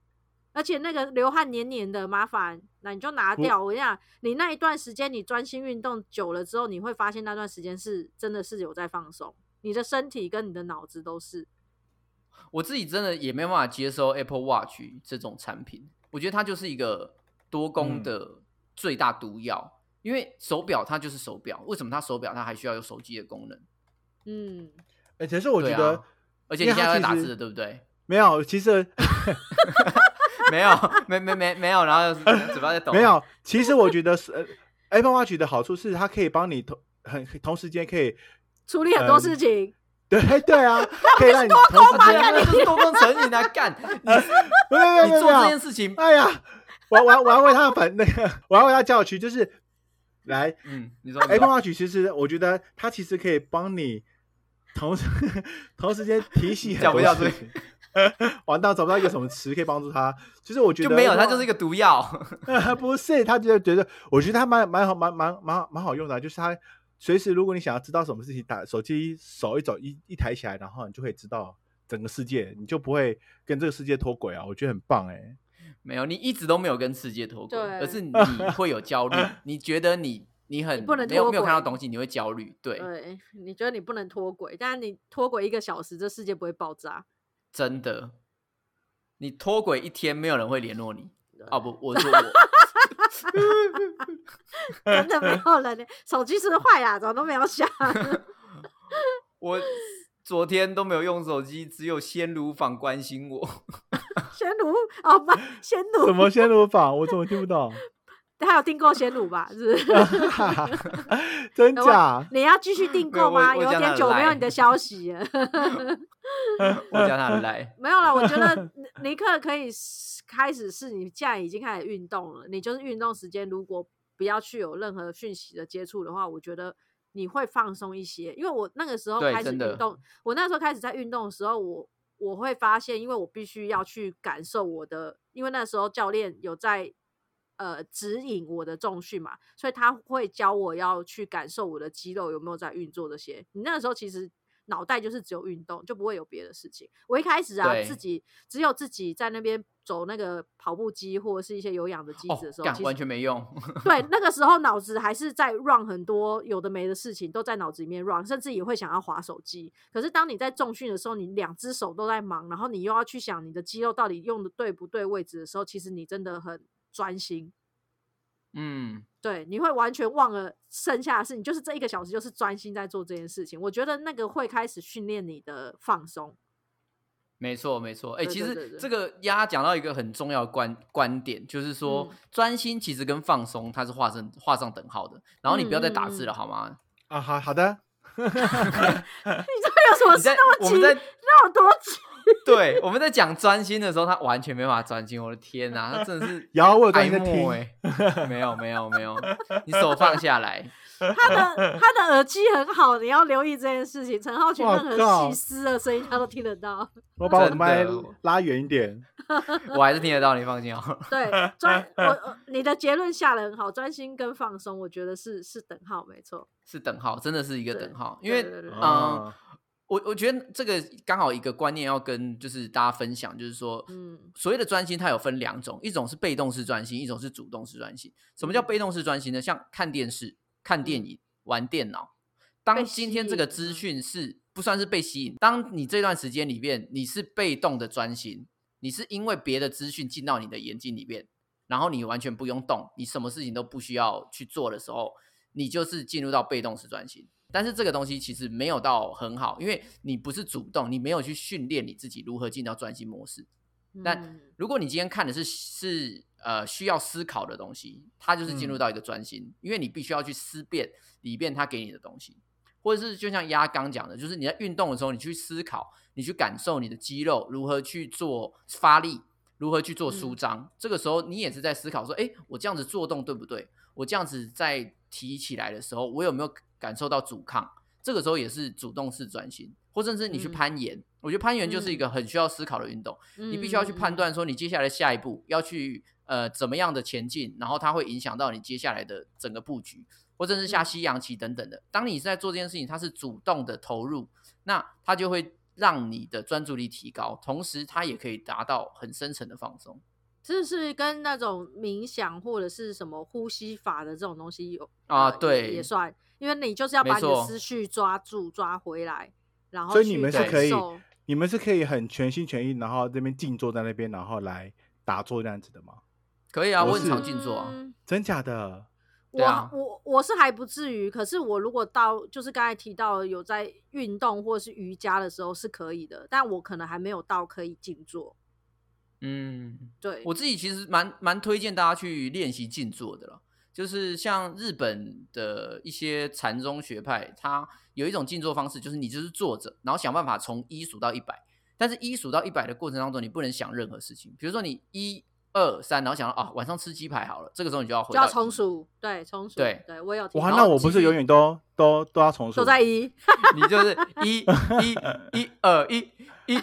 Speaker 2: 而且那个流汗黏黏的，麻烦，那你就拿
Speaker 1: 不
Speaker 2: 掉。我跟你讲，你那一段时间你专心运动久了之后，你会发现那段时间是真的是有在放松，你的身体跟你的脑子都是。
Speaker 3: 我自己真的也没办法接受 Apple Watch 这种产品，我觉得它就是一个多
Speaker 1: 嗯
Speaker 3: 功的最大毒药。因为手表它就是手表，为什么它手表它还需要有手机的功能？
Speaker 2: 嗯，
Speaker 1: 哎，其实我觉
Speaker 3: 对啊
Speaker 1: 得、
Speaker 3: 而且你
Speaker 1: 因为
Speaker 3: 现
Speaker 1: 它
Speaker 3: 在在打
Speaker 1: 其实
Speaker 3: 字的，对不 对？
Speaker 1: 没有，其 实
Speaker 3: 没有，没没没没有，然后 嘴巴在抖。
Speaker 1: 没有，其实我觉得是、呃、Apple Watch 的好处是它可以帮你同很同时间可以，
Speaker 2: 处理很多
Speaker 1: 嗯
Speaker 2: 事情，
Speaker 1: 对对 啊，可以让你同时
Speaker 3: 妈
Speaker 1: 间，
Speaker 3: 呀，你就是多功成瘾啊！ 干，你
Speaker 1: 没呃有没有没
Speaker 3: 你
Speaker 1: 有
Speaker 3: 做
Speaker 1: 没有
Speaker 3: 这件事 情，
Speaker 1: 哎呀，我要我要我要为他反那个，我要为他叫屈，就是来
Speaker 3: 嗯，你说
Speaker 1: Apple Watch 其实我觉得它其实可以帮你同时 同时间提醒很
Speaker 3: 讲不
Speaker 1: 多
Speaker 3: 下
Speaker 1: 事
Speaker 3: 去
Speaker 1: 情。 完蛋，找不到一个什么词可以帮助他。其实我觉
Speaker 3: 就
Speaker 1: 得
Speaker 3: 没有，它
Speaker 1: Apple
Speaker 3: 就是一个毒药。
Speaker 1: 不是，他觉得觉得，我觉得他蛮蛮好，蛮蛮蛮蛮好用的啊、就是他随时如果你想要知道什么事情，打手机手一走一一抬起来，然后你就可以知道整个世界，你就不会跟这个世界脱轨啊。我觉得很棒哎、
Speaker 3: 没有，你一直都没有跟世界脱轨，
Speaker 2: 对
Speaker 3: 而是你会有焦虑，你觉得你你很
Speaker 2: 你不能
Speaker 3: 没有
Speaker 2: 脱
Speaker 3: 没有看到
Speaker 2: 轨
Speaker 3: 东西，你会焦虑。对，
Speaker 2: 对，你觉得你不能脱轨，但你脱轨一个小时，这世界不会 爆炸。
Speaker 3: 真的，你脱轨一天，没有人会联络你。哦不，我说
Speaker 2: 真的没有人，手机是不是坏啊啦，怎么都没有响。
Speaker 3: 我 我昨天都没有用手机，只有鲜乳坊关心我。
Speaker 2: 鲜乳哦不，鲜
Speaker 1: 什
Speaker 2: 乳，
Speaker 1: 么鲜乳坊？我怎么听不懂？
Speaker 2: 他有订购鲜乳吧？是不是？
Speaker 1: 真
Speaker 2: 我
Speaker 1: 假？
Speaker 2: 你要继续订
Speaker 3: 没有
Speaker 2: 购吗？
Speaker 3: 我我
Speaker 2: 有
Speaker 3: 加拿
Speaker 2: 点久没有
Speaker 3: 来
Speaker 2: 你的消息了。
Speaker 3: 我叫他来，
Speaker 2: 没有了，我觉得尼克可以试开始试，你既然已经开始运动了，你就是运动时间如果不要去有任何讯息的接触的话，我觉得你会放松一些。因为我那个时候
Speaker 3: 对
Speaker 2: 开始
Speaker 3: 真的
Speaker 2: 运动，我那时候开始在运动的时候，我我会发现，因为我必须要去感受我的，因为那时候教练有在呃指引我的重训嘛，所以他会教我要去感受我的肌肉有没有在运作这些。你那个时候其实脑袋就是只有运动，就不会有别的事情。我一开始啊，
Speaker 3: 对
Speaker 2: 自己只有自己在那边走那个跑步机或者是一些有氧的机
Speaker 3: 哦
Speaker 2: 子的时，候，
Speaker 3: 干
Speaker 2: 其
Speaker 3: 完
Speaker 2: 实
Speaker 3: 全没用。
Speaker 2: 对，那个时候脑子还是在 run 很多有的没的事情，都在脑子里面 run，甚至也会想要划手机。可是当你在重训的时候，你两只手都在忙，然后你又要去想你的肌肉到底用的对不对位置的时候，其实你真的很专心。
Speaker 3: 嗯，
Speaker 2: 对，你会完全忘了剩下的事情，就是这一个小时就是专心在做这件事情。我觉得那个会开始训练你的放松。
Speaker 3: 没错没错。哎、
Speaker 2: 对
Speaker 3: 其
Speaker 2: 对对
Speaker 3: 实
Speaker 2: 对
Speaker 3: 这个丫讲到一个很重要的观观点，就是说、
Speaker 2: 嗯
Speaker 3: 专心其实跟放松它是画上画上等号的。然后你不要再打字
Speaker 2: 嗯嗯嗯
Speaker 3: 了，好吗？
Speaker 1: 啊，好好的，
Speaker 2: 你这有什么
Speaker 3: 你
Speaker 2: 事
Speaker 3: 在
Speaker 2: 那
Speaker 3: 我
Speaker 2: 么急？
Speaker 3: 们在
Speaker 2: 那有多急？
Speaker 3: 对我们在讲专心的时候，他完全没办法专心。我的天哪、他真的是
Speaker 1: 有啊我有专
Speaker 3: 爱
Speaker 1: 心在听
Speaker 3: 慕哎、 没有没有没有，你手放下来。
Speaker 2: 他的他的耳机很好，你要留意这件事情。陈浩群
Speaker 1: 哇
Speaker 2: 任何
Speaker 1: 靠
Speaker 2: 细思的声音，他都听得到。
Speaker 1: 我把我的
Speaker 3: 真的
Speaker 1: 麦拉远一点。
Speaker 3: 我还是听得到，你放心哦。
Speaker 2: 对，专我我你的结论下的很好，专心跟放松，我觉得是是等号，没错。
Speaker 3: 是等号，真的是一个等号，因为
Speaker 2: 对对对对
Speaker 3: 嗯、
Speaker 1: 啊
Speaker 3: 我我觉得这个刚好一个观念要跟就是大家分享，就是说，
Speaker 2: 嗯
Speaker 3: 所谓的专心，它有分两种，一种是被动式专心，一种是主动式专心。什么叫
Speaker 2: 嗯
Speaker 3: 被动式专心呢？像看电视、看电影、玩电脑。当
Speaker 2: 被
Speaker 3: 今
Speaker 2: 吸
Speaker 3: 天这个
Speaker 2: 引
Speaker 3: 资
Speaker 2: 嗯
Speaker 3: 讯是不算是被吸引，当你这段时间里面你是被动的专心，你是因为别的资讯进到你的眼睛里面，然后你完全不用动，你什么事情都不需要去做的时候，你就是进入到被动式专心。但是这个东西其实没有到很好，因为你不是主动，你没有去训练你自己如何进到专心模式。那
Speaker 2: 嗯
Speaker 3: 如果你今天看的是是呃需要思考的东西，它就是进入
Speaker 1: 嗯
Speaker 3: 到一个专心，因为你必须要去思辨里边它给你的东西，或者是就像鸭刚讲的，就是你在运动的时候，你去思考，你去感受你的肌肉如何去做发力，如何去做舒
Speaker 2: 嗯
Speaker 3: 张，这个时候你也是在思考说，哎，我这样子做动对不对？我这样子在提起来的时候，我有没有感受到阻抗？这个时候也是主动式专心，或甚至你去
Speaker 2: 嗯
Speaker 3: 攀岩。我觉得攀岩就是一
Speaker 2: 嗯
Speaker 3: 个很需要思考的运动。你必须要去判
Speaker 2: 嗯
Speaker 3: 断说你接下来下一步要去呃怎么样的前进，然后它会影响到你接下来的整个布局，或者是下
Speaker 2: 嗯
Speaker 3: 西洋棋等等的。当你在做这件事情，它是主动的投入，那它就会让你的专注力提高，同时它也可以达到很深层的放松。
Speaker 2: 这是跟那种冥想或者是什么呼吸法的这种东西有
Speaker 3: 啊
Speaker 2: 呃也
Speaker 3: 对
Speaker 2: 也算，因为你就是要
Speaker 3: 没
Speaker 2: 把你的
Speaker 3: 错
Speaker 2: 思绪抓住、抓回来，然后
Speaker 1: 所以你
Speaker 2: 去
Speaker 1: 们是
Speaker 2: 感
Speaker 1: 可以
Speaker 3: 啊
Speaker 2: 受
Speaker 1: 你们是可以很全心全意，然后这边静坐在那边，然后来打坐这样子的吗？
Speaker 3: 可以啊，
Speaker 1: 我
Speaker 3: 我很
Speaker 1: 是
Speaker 3: 常静坐啊。
Speaker 2: 嗯
Speaker 1: 真假的？
Speaker 2: 我
Speaker 3: 对啊
Speaker 2: 我我是还不至于，可是我如果到就是刚才提到有在运动或是瑜伽的时候是可以的，但我可能还没有到可以静坐。
Speaker 3: 嗯，
Speaker 2: 对，
Speaker 3: 我自己其实蛮蛮推荐大家去练习静坐的了。就是像日本的一些禅宗学派，它有一种静坐方式，就是你就是坐着，然后想办法从一数到一百。但是，一数到一百的过程当中，你不能想任何事情。比如说，你一二三，然后想到啊，晚上吃鸡排好了，这个时候你就要回
Speaker 2: 就
Speaker 3: 到
Speaker 2: 要
Speaker 3: 一
Speaker 2: 重，数，对，重数，
Speaker 3: 对
Speaker 2: 对我有听
Speaker 1: 哇，
Speaker 2: 到
Speaker 1: 那我不
Speaker 3: 继续
Speaker 1: 是永远都都都要重数？
Speaker 2: 都在一，
Speaker 3: 你就是一一一二一一一，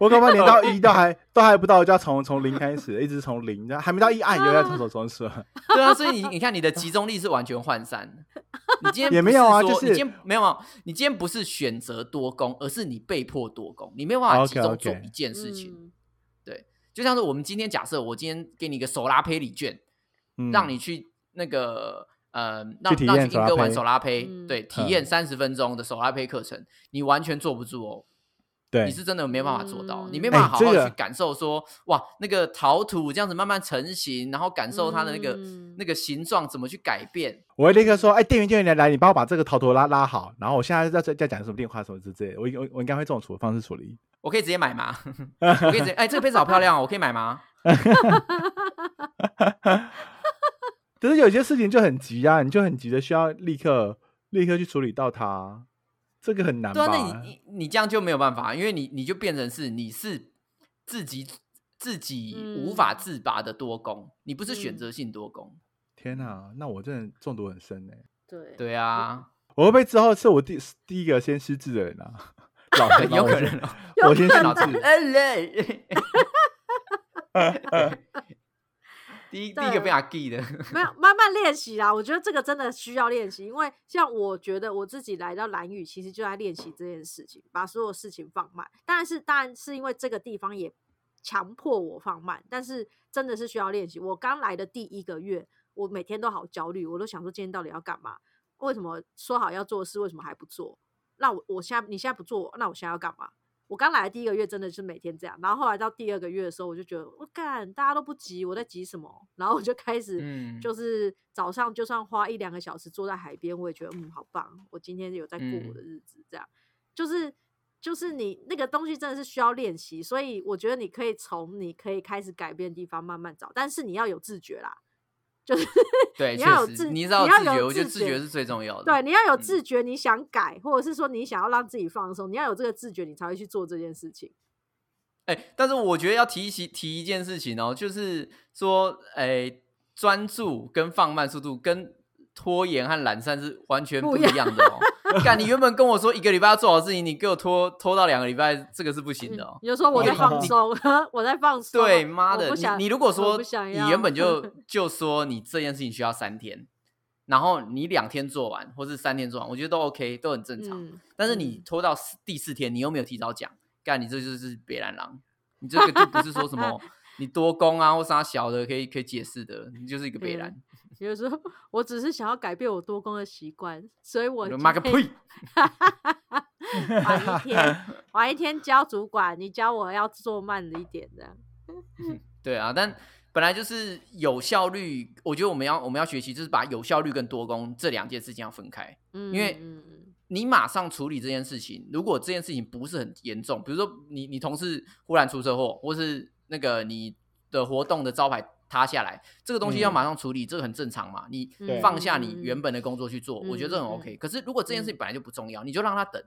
Speaker 1: 我恐怕连 到一都还都还不到，我就要从从零开始，一直从零，然后还没到一按，又要重手重数。
Speaker 3: 对啊，所以你你看你的集中力是完全涣散的。你今天
Speaker 1: 也
Speaker 3: 不
Speaker 1: 没有啊
Speaker 3: 说
Speaker 1: 就是
Speaker 3: 你今天没有没有，你今天不是选择多攻，而是你被迫多攻，你没有办法集中
Speaker 1: OK，OK
Speaker 3: 做一件事情。
Speaker 2: 嗯
Speaker 3: 就像是我们今天假设，我今天给你一个手拉胚礼券，
Speaker 1: 嗯
Speaker 3: 让你去那个呃，
Speaker 1: 去
Speaker 3: 让
Speaker 1: 体
Speaker 3: 让
Speaker 1: 验
Speaker 3: 去
Speaker 1: 手
Speaker 3: 英
Speaker 1: 拉
Speaker 3: 哥玩
Speaker 1: 胚
Speaker 3: 手拉胚，
Speaker 2: 嗯
Speaker 3: 对，体验
Speaker 1: 嗯
Speaker 3: 三十分钟的手拉胚课程，你完全坐不住哦。
Speaker 1: 对
Speaker 3: 你是真的没办法做到，你没
Speaker 2: 嗯
Speaker 3: 办法好
Speaker 1: 哎这
Speaker 3: 好
Speaker 1: 个
Speaker 3: 去感受说，哇，那个陶土这样子慢慢成型，然后感受它的那个、
Speaker 2: 嗯
Speaker 3: 那个形状怎么去改变，
Speaker 1: 我会立刻说，哎，店员店员来来，你帮我把这个头头拉拉好，然后我现在在在在讲什么电话什么之类的，我我我应该会这种处方式处理。
Speaker 3: 我可以直接买吗？ 我可以直接，哎，这个杯子好漂亮哦，我可以买吗？
Speaker 1: 可是有些事情就很急啊，你就很急的需要立刻立刻去处理到它，这个很难
Speaker 3: 对
Speaker 1: 吧？
Speaker 3: 啊，那你你你这样就没有办法，因为你你就变成是你是自己自己无法
Speaker 2: 嗯
Speaker 3: 自拔的多功，你不是选
Speaker 2: 嗯
Speaker 3: 择性多功。
Speaker 1: 天哪、那我真的中毒很深哎、
Speaker 2: 对
Speaker 3: 对啊，
Speaker 1: 我会不会之后是我第第一个先失智的人啊？ 老人啊
Speaker 3: 有
Speaker 1: 我
Speaker 3: 可
Speaker 1: 先
Speaker 3: 能哦
Speaker 1: 我
Speaker 3: 脑
Speaker 1: 先失
Speaker 3: 子
Speaker 1: 智。
Speaker 3: 呃累。第一第一个被阿 G 的，
Speaker 2: 没有慢慢练习啦。我觉得这个真的需要练习，因为像我觉得我自己来到蓝屿，其实就在练习这件事情，把所有事情放慢。当然是当然是因为这个地方也强迫我放慢，但是真的是需要练习。我刚来的第一个月，我每天都好焦虑，我都想说今天到底要干嘛？为什么说好要做的事，为什么还不做？那我我现在你现在不做，那我现在要干嘛？我刚来的第一个月真的是每天这样，然后后来到第二个月的时候，我就觉得我干、大家都不急，我在急什么？然后我就开始
Speaker 3: 嗯，
Speaker 2: 就是早上就算花一两个小时坐在海边，我也觉得嗯好棒，我今天有在过我的日子，这样、就是就是你那个东西真的是需要练习，所以我觉得你可以从你可以开始改变的地方慢慢找，但是你要有自觉啦，就是
Speaker 3: 对，
Speaker 2: 你
Speaker 3: 确
Speaker 2: 要有
Speaker 3: 实，
Speaker 2: 自
Speaker 3: 你知道
Speaker 2: 你要
Speaker 3: 自觉，
Speaker 2: 有
Speaker 3: 我觉得自
Speaker 2: 自
Speaker 3: 觉
Speaker 2: 觉
Speaker 3: 是最重要的。
Speaker 2: 对，你要有
Speaker 3: 嗯
Speaker 2: 自觉，你想改，或者是说你想要让自己放松，你要有这个自觉，你才会去做这件事情。
Speaker 3: 哎、但是我觉得要提起提一件事情哦，就是说，哎、专注跟放慢速度跟拖延和懒散是完全不
Speaker 2: 不
Speaker 3: 一
Speaker 2: 一样
Speaker 3: 样的哦。 干，你原本跟我说一个礼拜要做好事情，你给我拖拖到两个礼拜，这个是不行的、哦
Speaker 2: 嗯。你就说我在
Speaker 1: 你
Speaker 2: 放松，我在放松。
Speaker 3: 对，妈
Speaker 2: 我
Speaker 3: 的，
Speaker 2: 不想
Speaker 3: 你你如果
Speaker 2: 我
Speaker 3: 说
Speaker 2: 不想
Speaker 3: 你
Speaker 2: 要
Speaker 3: 原本 就就说你这件事情需要三天，然后你两天做完或是三天做完，我觉得都 OK，都很正常。
Speaker 2: 嗯
Speaker 3: 但是你
Speaker 2: 嗯
Speaker 3: 拖到四第四天，你又没有提早讲，干你这就是别兰狼，你这个就不是说什 么你多功啊或啥小的可以可以解释的，你就是一个别兰，
Speaker 2: 比如说，我只是想要改变我多功的习惯，所以我
Speaker 3: 你就
Speaker 2: 今
Speaker 3: 妈个
Speaker 2: 天
Speaker 3: 屁！
Speaker 2: 晚一天，晚一天教主管，你教我要做慢一点的。
Speaker 3: 对啊，但本来就是有效率，我觉得我们要我们要学习就是把有效率跟多功这两件事情要分开。
Speaker 2: 嗯，
Speaker 3: 因为
Speaker 2: 嗯嗯
Speaker 3: 你马上处理这件事情，如果这件事情不是很严重，比如说你你同事忽然出车祸，或是那个你的活动的招牌塌下来，这个东西要马上处理，这个很正常嘛。你
Speaker 2: 对
Speaker 3: 放下你
Speaker 2: 嗯嗯嗯
Speaker 3: 原本的工作去做，
Speaker 2: 嗯
Speaker 3: 我觉得这很
Speaker 2: 嗯
Speaker 3: OK。可是如果这件事情
Speaker 2: 嗯
Speaker 3: 本来就不重要，你就让他等，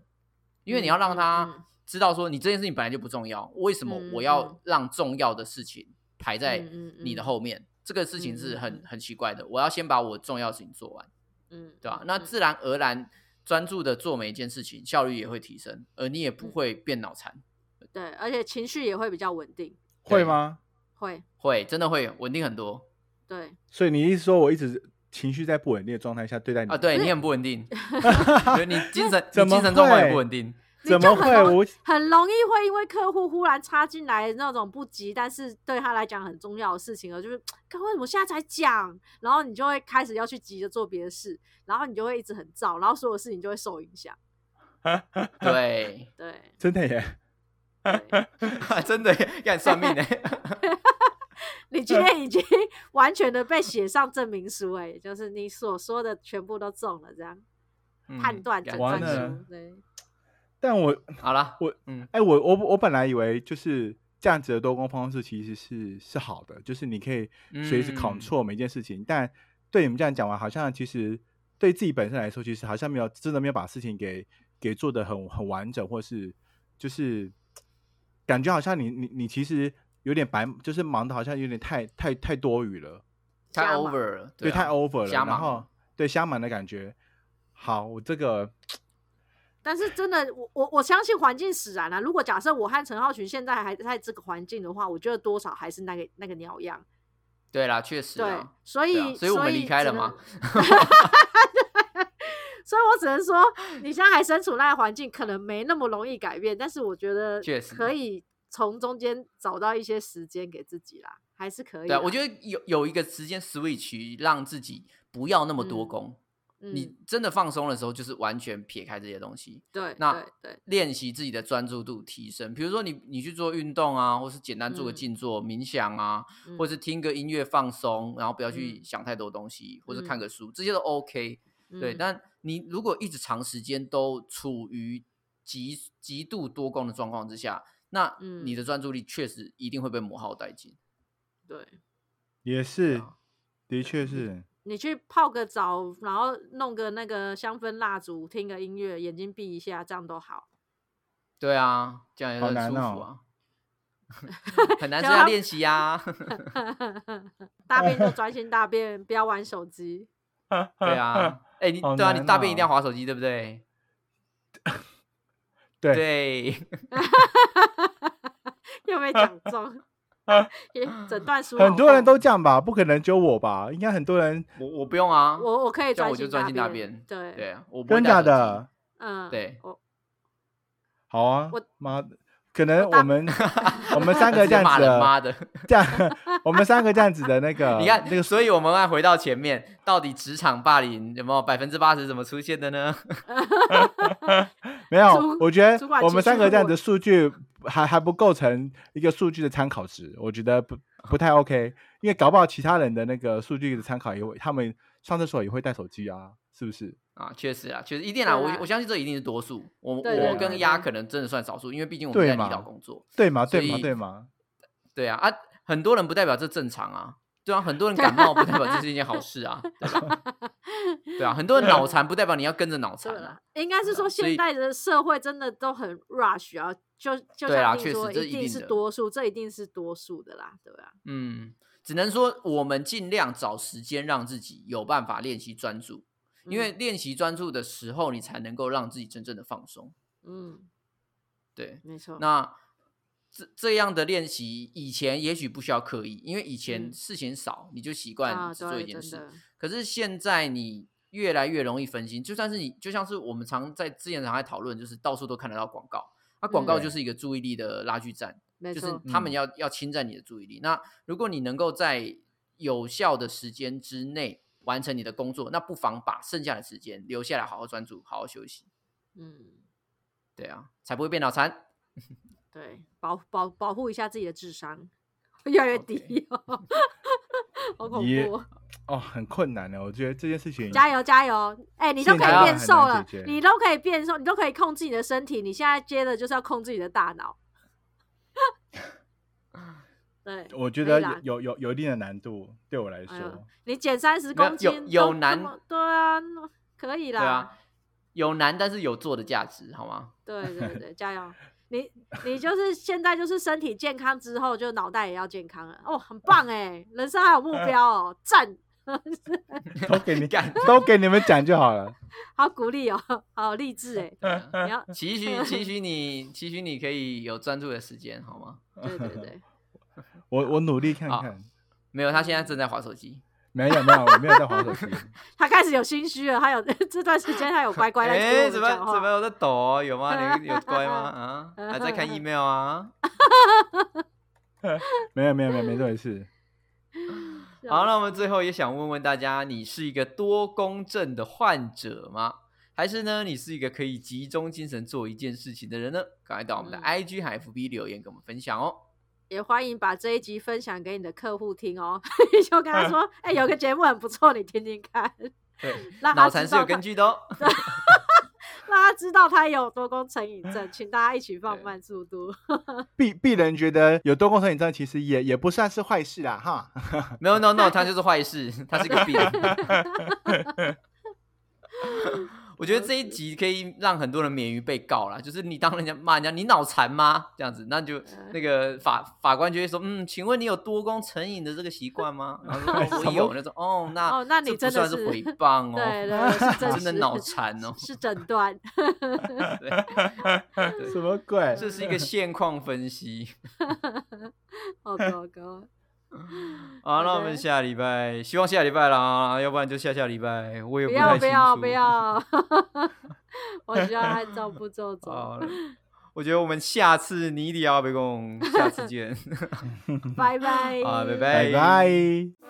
Speaker 3: 因为你
Speaker 2: 嗯
Speaker 3: 要让
Speaker 2: 嗯
Speaker 3: 他
Speaker 2: 嗯
Speaker 3: 知道说你这件事情本来就不重要，为什么
Speaker 2: 嗯
Speaker 3: 我
Speaker 2: 嗯
Speaker 3: 要让重要的事情排在
Speaker 2: 嗯嗯
Speaker 3: 你的
Speaker 2: 嗯
Speaker 3: 后面？这个事情是
Speaker 2: 嗯嗯
Speaker 3: 很
Speaker 2: 嗯
Speaker 3: 很奇怪的，我要先把我重要的事情做完。
Speaker 2: 嗯，
Speaker 3: 对吧、
Speaker 2: 嗯
Speaker 3: 那
Speaker 2: 嗯
Speaker 3: 自然而然专注的做每一件事情，效率也会提升，而你也不
Speaker 2: 嗯
Speaker 3: 会变脑残，
Speaker 2: 对，而且情绪也会比较稳定，
Speaker 1: 会
Speaker 3: 对
Speaker 1: 吗？
Speaker 2: 会
Speaker 3: 会真的会稳定很多
Speaker 2: 对。
Speaker 1: 所以你意思说我一直情绪在不稳定的状态下对待你
Speaker 3: 啊！对
Speaker 2: 是
Speaker 3: 你很不稳定，对你精神你
Speaker 1: 怎么
Speaker 3: 精神状况也
Speaker 1: 会
Speaker 3: 不稳定，
Speaker 2: 你
Speaker 1: 怎么
Speaker 2: 就很
Speaker 1: 会？
Speaker 2: 容
Speaker 1: 我
Speaker 2: 很容易会因为客户忽然插进来那种不急，但是对他来讲很重要的事情了，就是看为什么现在才讲，然后你就会开始要去急着做别的事，然后你就会一直很燥，然后所有事情就会受影响。
Speaker 3: 对， 啊
Speaker 2: 对，
Speaker 1: 真的耶，
Speaker 2: 对
Speaker 3: 真的耶干算命呢，
Speaker 2: 你今天已经完全的被写上证明书、欸，哎，就是你所说的全部都中了，这样
Speaker 3: 嗯
Speaker 2: 判断诊
Speaker 3: 干
Speaker 1: 完
Speaker 2: 断
Speaker 1: 了
Speaker 2: 书，对，
Speaker 1: 但我
Speaker 3: 好了，
Speaker 1: 我
Speaker 3: 嗯
Speaker 1: 哎，我我我本来以为就是这样子的多工方式其实是是好的，就是你可以随时
Speaker 3: 嗯
Speaker 1: control 每一件事情。但对你们这样讲完，好像其实对自己本身来说，其实好像没有真的没有把事情给给做的很很完整，或是就是感觉好像你你你其实有点白，就是忙的好像有点太太太多余了，
Speaker 3: 太
Speaker 2: 加码
Speaker 3: over 了，
Speaker 1: 对，
Speaker 3: 啊
Speaker 1: 太 over 了，
Speaker 3: 瞎
Speaker 1: 然
Speaker 3: 忙
Speaker 1: 后对瞎忙的感觉。好，我这个
Speaker 2: 但是真的，我我我相信环境使然啊。如果假设我和陈浩群现在还在这个环境的话，我觉得多少还是那个那个鸟样。
Speaker 3: 对啦，确实
Speaker 2: 对
Speaker 3: 啊，，
Speaker 2: 所以、
Speaker 3: 对啊所以我们离开了嘛
Speaker 2: 只能？所以我只能说，你现在还身处那个环境，可能没那么容易改变，但是我觉得
Speaker 3: 确实
Speaker 2: 可以从中间找到一些时间给自己啦，还是可以
Speaker 3: 对
Speaker 2: 啦。
Speaker 3: 啊，我觉得有有一个时间 switch 让自己不要那么多
Speaker 2: 嗯
Speaker 3: 功，
Speaker 2: 嗯
Speaker 3: 你真的放松的时候，就是完全撇开这些东西，
Speaker 2: 对
Speaker 3: 那
Speaker 2: 对对，
Speaker 3: 练习自己的专注度提升。比如说你你去做运动啊，或是简单做个
Speaker 2: 嗯
Speaker 3: 静坐、冥想啊，
Speaker 2: 嗯
Speaker 3: 或是听个音乐放松，然后不要去
Speaker 2: 嗯
Speaker 3: 想太多东西，或是
Speaker 2: 嗯
Speaker 3: 看个书，这些都 OK、对，
Speaker 2: 嗯
Speaker 3: 但你如果一直长时间都处于极极度多功的状况之下，那你
Speaker 2: 嗯
Speaker 3: 的专注力确实一定会被磨耗殆尽。
Speaker 2: 对。
Speaker 1: 也是
Speaker 3: 啊，
Speaker 1: 的确是，
Speaker 2: 你去泡个澡，然后弄个那个香氛蜡烛，听个音乐，眼睛闭一下，这样都好。
Speaker 3: 对啊，这样也
Speaker 1: 好
Speaker 3: 很
Speaker 1: 难
Speaker 3: 舒服
Speaker 1: 哦
Speaker 3: 啊。 很 难是
Speaker 2: 想
Speaker 3: 要
Speaker 2: 要
Speaker 3: 练习呀、啊，
Speaker 2: 大便就专心大便，不要玩手机。
Speaker 3: 对 啊，哎、你
Speaker 1: 好
Speaker 3: 对啊，你
Speaker 1: 难
Speaker 3: 大便一定要
Speaker 1: 哦
Speaker 3: 划手机，对不 对？
Speaker 1: 对
Speaker 3: 对，
Speaker 2: 又被讲中。也整段书
Speaker 1: 很
Speaker 2: 好
Speaker 1: 多人
Speaker 2: 厚
Speaker 1: 都这样吧，不可能只有我吧？应该很多人，
Speaker 3: 我我不用啊，
Speaker 2: 我我可以
Speaker 3: 这样
Speaker 2: 专
Speaker 3: 我就专心大便
Speaker 2: 便，对，
Speaker 3: 对啊，我不会
Speaker 1: 真
Speaker 3: 带
Speaker 1: 假
Speaker 3: 手机，
Speaker 1: 的？
Speaker 2: 嗯，
Speaker 3: 对
Speaker 2: 我
Speaker 1: 好啊
Speaker 2: 我，
Speaker 1: 妈的，可能
Speaker 2: 我大
Speaker 1: 我 们我们三个
Speaker 3: 直
Speaker 1: 这
Speaker 3: 接
Speaker 1: 样
Speaker 3: 骂
Speaker 1: 子
Speaker 3: 人
Speaker 1: 的，
Speaker 3: 妈的，
Speaker 1: 这样 我们三个这样子的那个，
Speaker 3: 你看
Speaker 1: 呃那个
Speaker 3: 所以我们要回到前面，到底职场霸凌有没有百分之八十怎么出现的呢？
Speaker 1: 没有
Speaker 2: 主，
Speaker 1: 我觉得
Speaker 2: 主管
Speaker 1: 我
Speaker 2: 情
Speaker 1: 们
Speaker 2: 绪
Speaker 1: 三个
Speaker 2: 很
Speaker 1: 这样
Speaker 2: 稳
Speaker 1: 子数据还还不构成一个数据的参考值，我觉得 不不太 OK，因为搞不好其他人的那个数据的参考也会，他们上厕所也会带手机啊，是不是？
Speaker 3: 啊，确实啊，确实一定啦，
Speaker 2: 对
Speaker 3: 我
Speaker 2: 啦
Speaker 3: 我相信这一定是多数，我
Speaker 2: 对啊
Speaker 1: 对
Speaker 3: 我
Speaker 1: 对
Speaker 3: 跟鸭
Speaker 2: 对
Speaker 3: 可能真的算少数，因为毕竟我们
Speaker 1: 对
Speaker 3: 在
Speaker 1: 嘛
Speaker 3: 离岛工作，
Speaker 1: 对嘛，
Speaker 3: 所
Speaker 1: 对嘛，
Speaker 3: 以
Speaker 1: 对嘛，
Speaker 3: 对啊啊，很多人不代表这正常啊，对啊，很多人感冒不代表这是一件好事啊，对吧？对啊，很多人脑残不代表你要跟着脑残
Speaker 2: 对
Speaker 3: 啊
Speaker 2: 了，，应该是
Speaker 3: 所
Speaker 2: 说现
Speaker 3: 以
Speaker 2: 代的社会真的都很 rush 啊，就就
Speaker 3: 对啦
Speaker 2: 像你
Speaker 3: 确
Speaker 2: 说，
Speaker 3: 实这
Speaker 2: 一
Speaker 3: 一定
Speaker 2: 定是
Speaker 3: 的
Speaker 2: 多数，这一定是多数的啦，对啊吧？
Speaker 3: 嗯，只能说我们尽量找时间让自己有办法练习专注，因
Speaker 2: 嗯
Speaker 3: 为练习专注的时候，你才能够让自己真正的放松。
Speaker 2: 嗯，嗯，
Speaker 3: 对，
Speaker 2: 没错，
Speaker 3: 那这这样的练习以前也许不需要刻意，因为以前
Speaker 2: 嗯
Speaker 3: 事情少，你就习
Speaker 2: 啊，
Speaker 3: 惯只做
Speaker 2: 对，
Speaker 3: 一件
Speaker 2: 真
Speaker 3: 事。
Speaker 2: 的，
Speaker 3: 可是现在你越来越容易分心，就算是你，就像是我们常在之前常在讨论，就是到处都看得到广告，那、广
Speaker 2: 嗯
Speaker 3: 告
Speaker 1: 对
Speaker 3: 就是一个注意力的拉锯战，
Speaker 2: 没
Speaker 3: 就
Speaker 2: 错，
Speaker 3: 是他们
Speaker 1: 嗯
Speaker 3: 要、要侵占你的注意力。那如果你能够在有效的时间之内完成你的工作，那不妨把剩下的时间留下来，好好专注，好好休息。
Speaker 2: 嗯，
Speaker 3: 对啊，才不会变脑残。
Speaker 2: 对，保保保护一下自己的智商，越来越低哦， 好恐
Speaker 1: 也
Speaker 2: 怖哦。
Speaker 1: 哦，很困难的，我觉得这件事情
Speaker 2: 加油加油！哎、你都
Speaker 1: 现
Speaker 2: 可以
Speaker 3: 在要
Speaker 2: 变
Speaker 1: 很
Speaker 2: 瘦
Speaker 1: 难
Speaker 2: 了
Speaker 1: 解决，
Speaker 2: 你都可以变瘦，你都可以控制你的身体。你现在接的就是要控制你的大 脑。对，
Speaker 1: 我觉
Speaker 2: 可以
Speaker 1: 得
Speaker 2: 啦
Speaker 1: 有有有有一定的难度，对我来说，
Speaker 2: 哎呦 你减三十
Speaker 3: 啊没有
Speaker 2: 公
Speaker 3: 有
Speaker 2: 斤都
Speaker 3: 有
Speaker 2: 这
Speaker 3: 难
Speaker 2: 么对啊，那可以
Speaker 3: 对
Speaker 2: 啦。
Speaker 3: 啊，有难但是有做的价值，好吗？
Speaker 2: 对对对，加油！你你就是现在就是身体健康之后，就脑袋也要健康了哦，很棒哎、人生还有目标哦，赞！
Speaker 1: 都给你
Speaker 3: 干
Speaker 1: 都给你们讲就好了。
Speaker 2: 好鼓励哦，好励 志哎、
Speaker 3: 对啊
Speaker 2: 你要
Speaker 3: 期许期许你期许你可以有专注的时间，好吗？
Speaker 2: 对对对，
Speaker 1: 我我努力看
Speaker 3: 好
Speaker 1: 看，
Speaker 3: 没有，他现在正在划手机。
Speaker 1: 没有没有，我没有在划手机。
Speaker 2: 他开始有心虚了，他有 这段时间他有乖乖在听
Speaker 3: 哎，
Speaker 2: 我
Speaker 3: 怎
Speaker 2: 们
Speaker 3: 么
Speaker 2: 讲
Speaker 3: 怎么
Speaker 2: 话。
Speaker 3: 有在抖哦？有 吗？你有乖吗？啊，还在看 email 啊？
Speaker 1: 没有没有没有没这回事。
Speaker 2: 是
Speaker 3: 好，
Speaker 2: 啊，
Speaker 3: 那我们最后也想问问大家，你是一个多公症的患者吗？还是呢，你是一个可以集中精神做一件事情的人呢？赶快到我们的
Speaker 2: 嗯
Speaker 3: IG 和 FB 留言跟我们分享哦。
Speaker 2: 也欢迎把这一集分享给你的客户听哦。 你就跟他说， 哎、有个节目很不错，你听听看，
Speaker 3: 对，
Speaker 2: 让他
Speaker 3: 脑残
Speaker 2: 知
Speaker 3: 是有
Speaker 2: 道他
Speaker 3: 根，据的哦。
Speaker 2: 让他知道他有多功成瘾 症，请大家一起放
Speaker 3: 对
Speaker 2: 慢速度。
Speaker 1: 鄙鄙人觉得有多功成瘾症其实也也不算是坏事啦，哈。
Speaker 3: 没有 no no，它就是坏事，它是个病。我觉得这一集可以让很多人免于被告啦，就是你当人家骂人家你脑残吗？这样子，那
Speaker 2: 嗯
Speaker 3: 就那个法法官就会说，嗯，请问你有多功成瘾的这个习惯吗？然后说、哦、我有，那说哦，那
Speaker 2: 哦那你
Speaker 3: 这不
Speaker 2: 真的
Speaker 3: 算是
Speaker 2: 是
Speaker 3: 诽 谤哦，
Speaker 2: 对对对是真
Speaker 3: 真的
Speaker 2: 实
Speaker 3: 脑残哦，
Speaker 2: 是诊断，
Speaker 3: 对，
Speaker 1: 什么鬼？
Speaker 3: 这是一个现况分析。
Speaker 2: 好糟糕。
Speaker 3: 好，
Speaker 2: 好
Speaker 3: 那我
Speaker 2: 的
Speaker 3: 们下礼拜，希望下礼拜啦，要不然就下下礼拜，我也
Speaker 2: 不
Speaker 3: 太
Speaker 2: 要
Speaker 3: 清
Speaker 2: 不
Speaker 3: 楚。
Speaker 2: 要不要， 我需要按照步 骤走。
Speaker 3: 好了，我觉得我们下次你一定要被攻，下次见，
Speaker 2: 拜 拜，
Speaker 3: 好，拜
Speaker 1: 拜拜。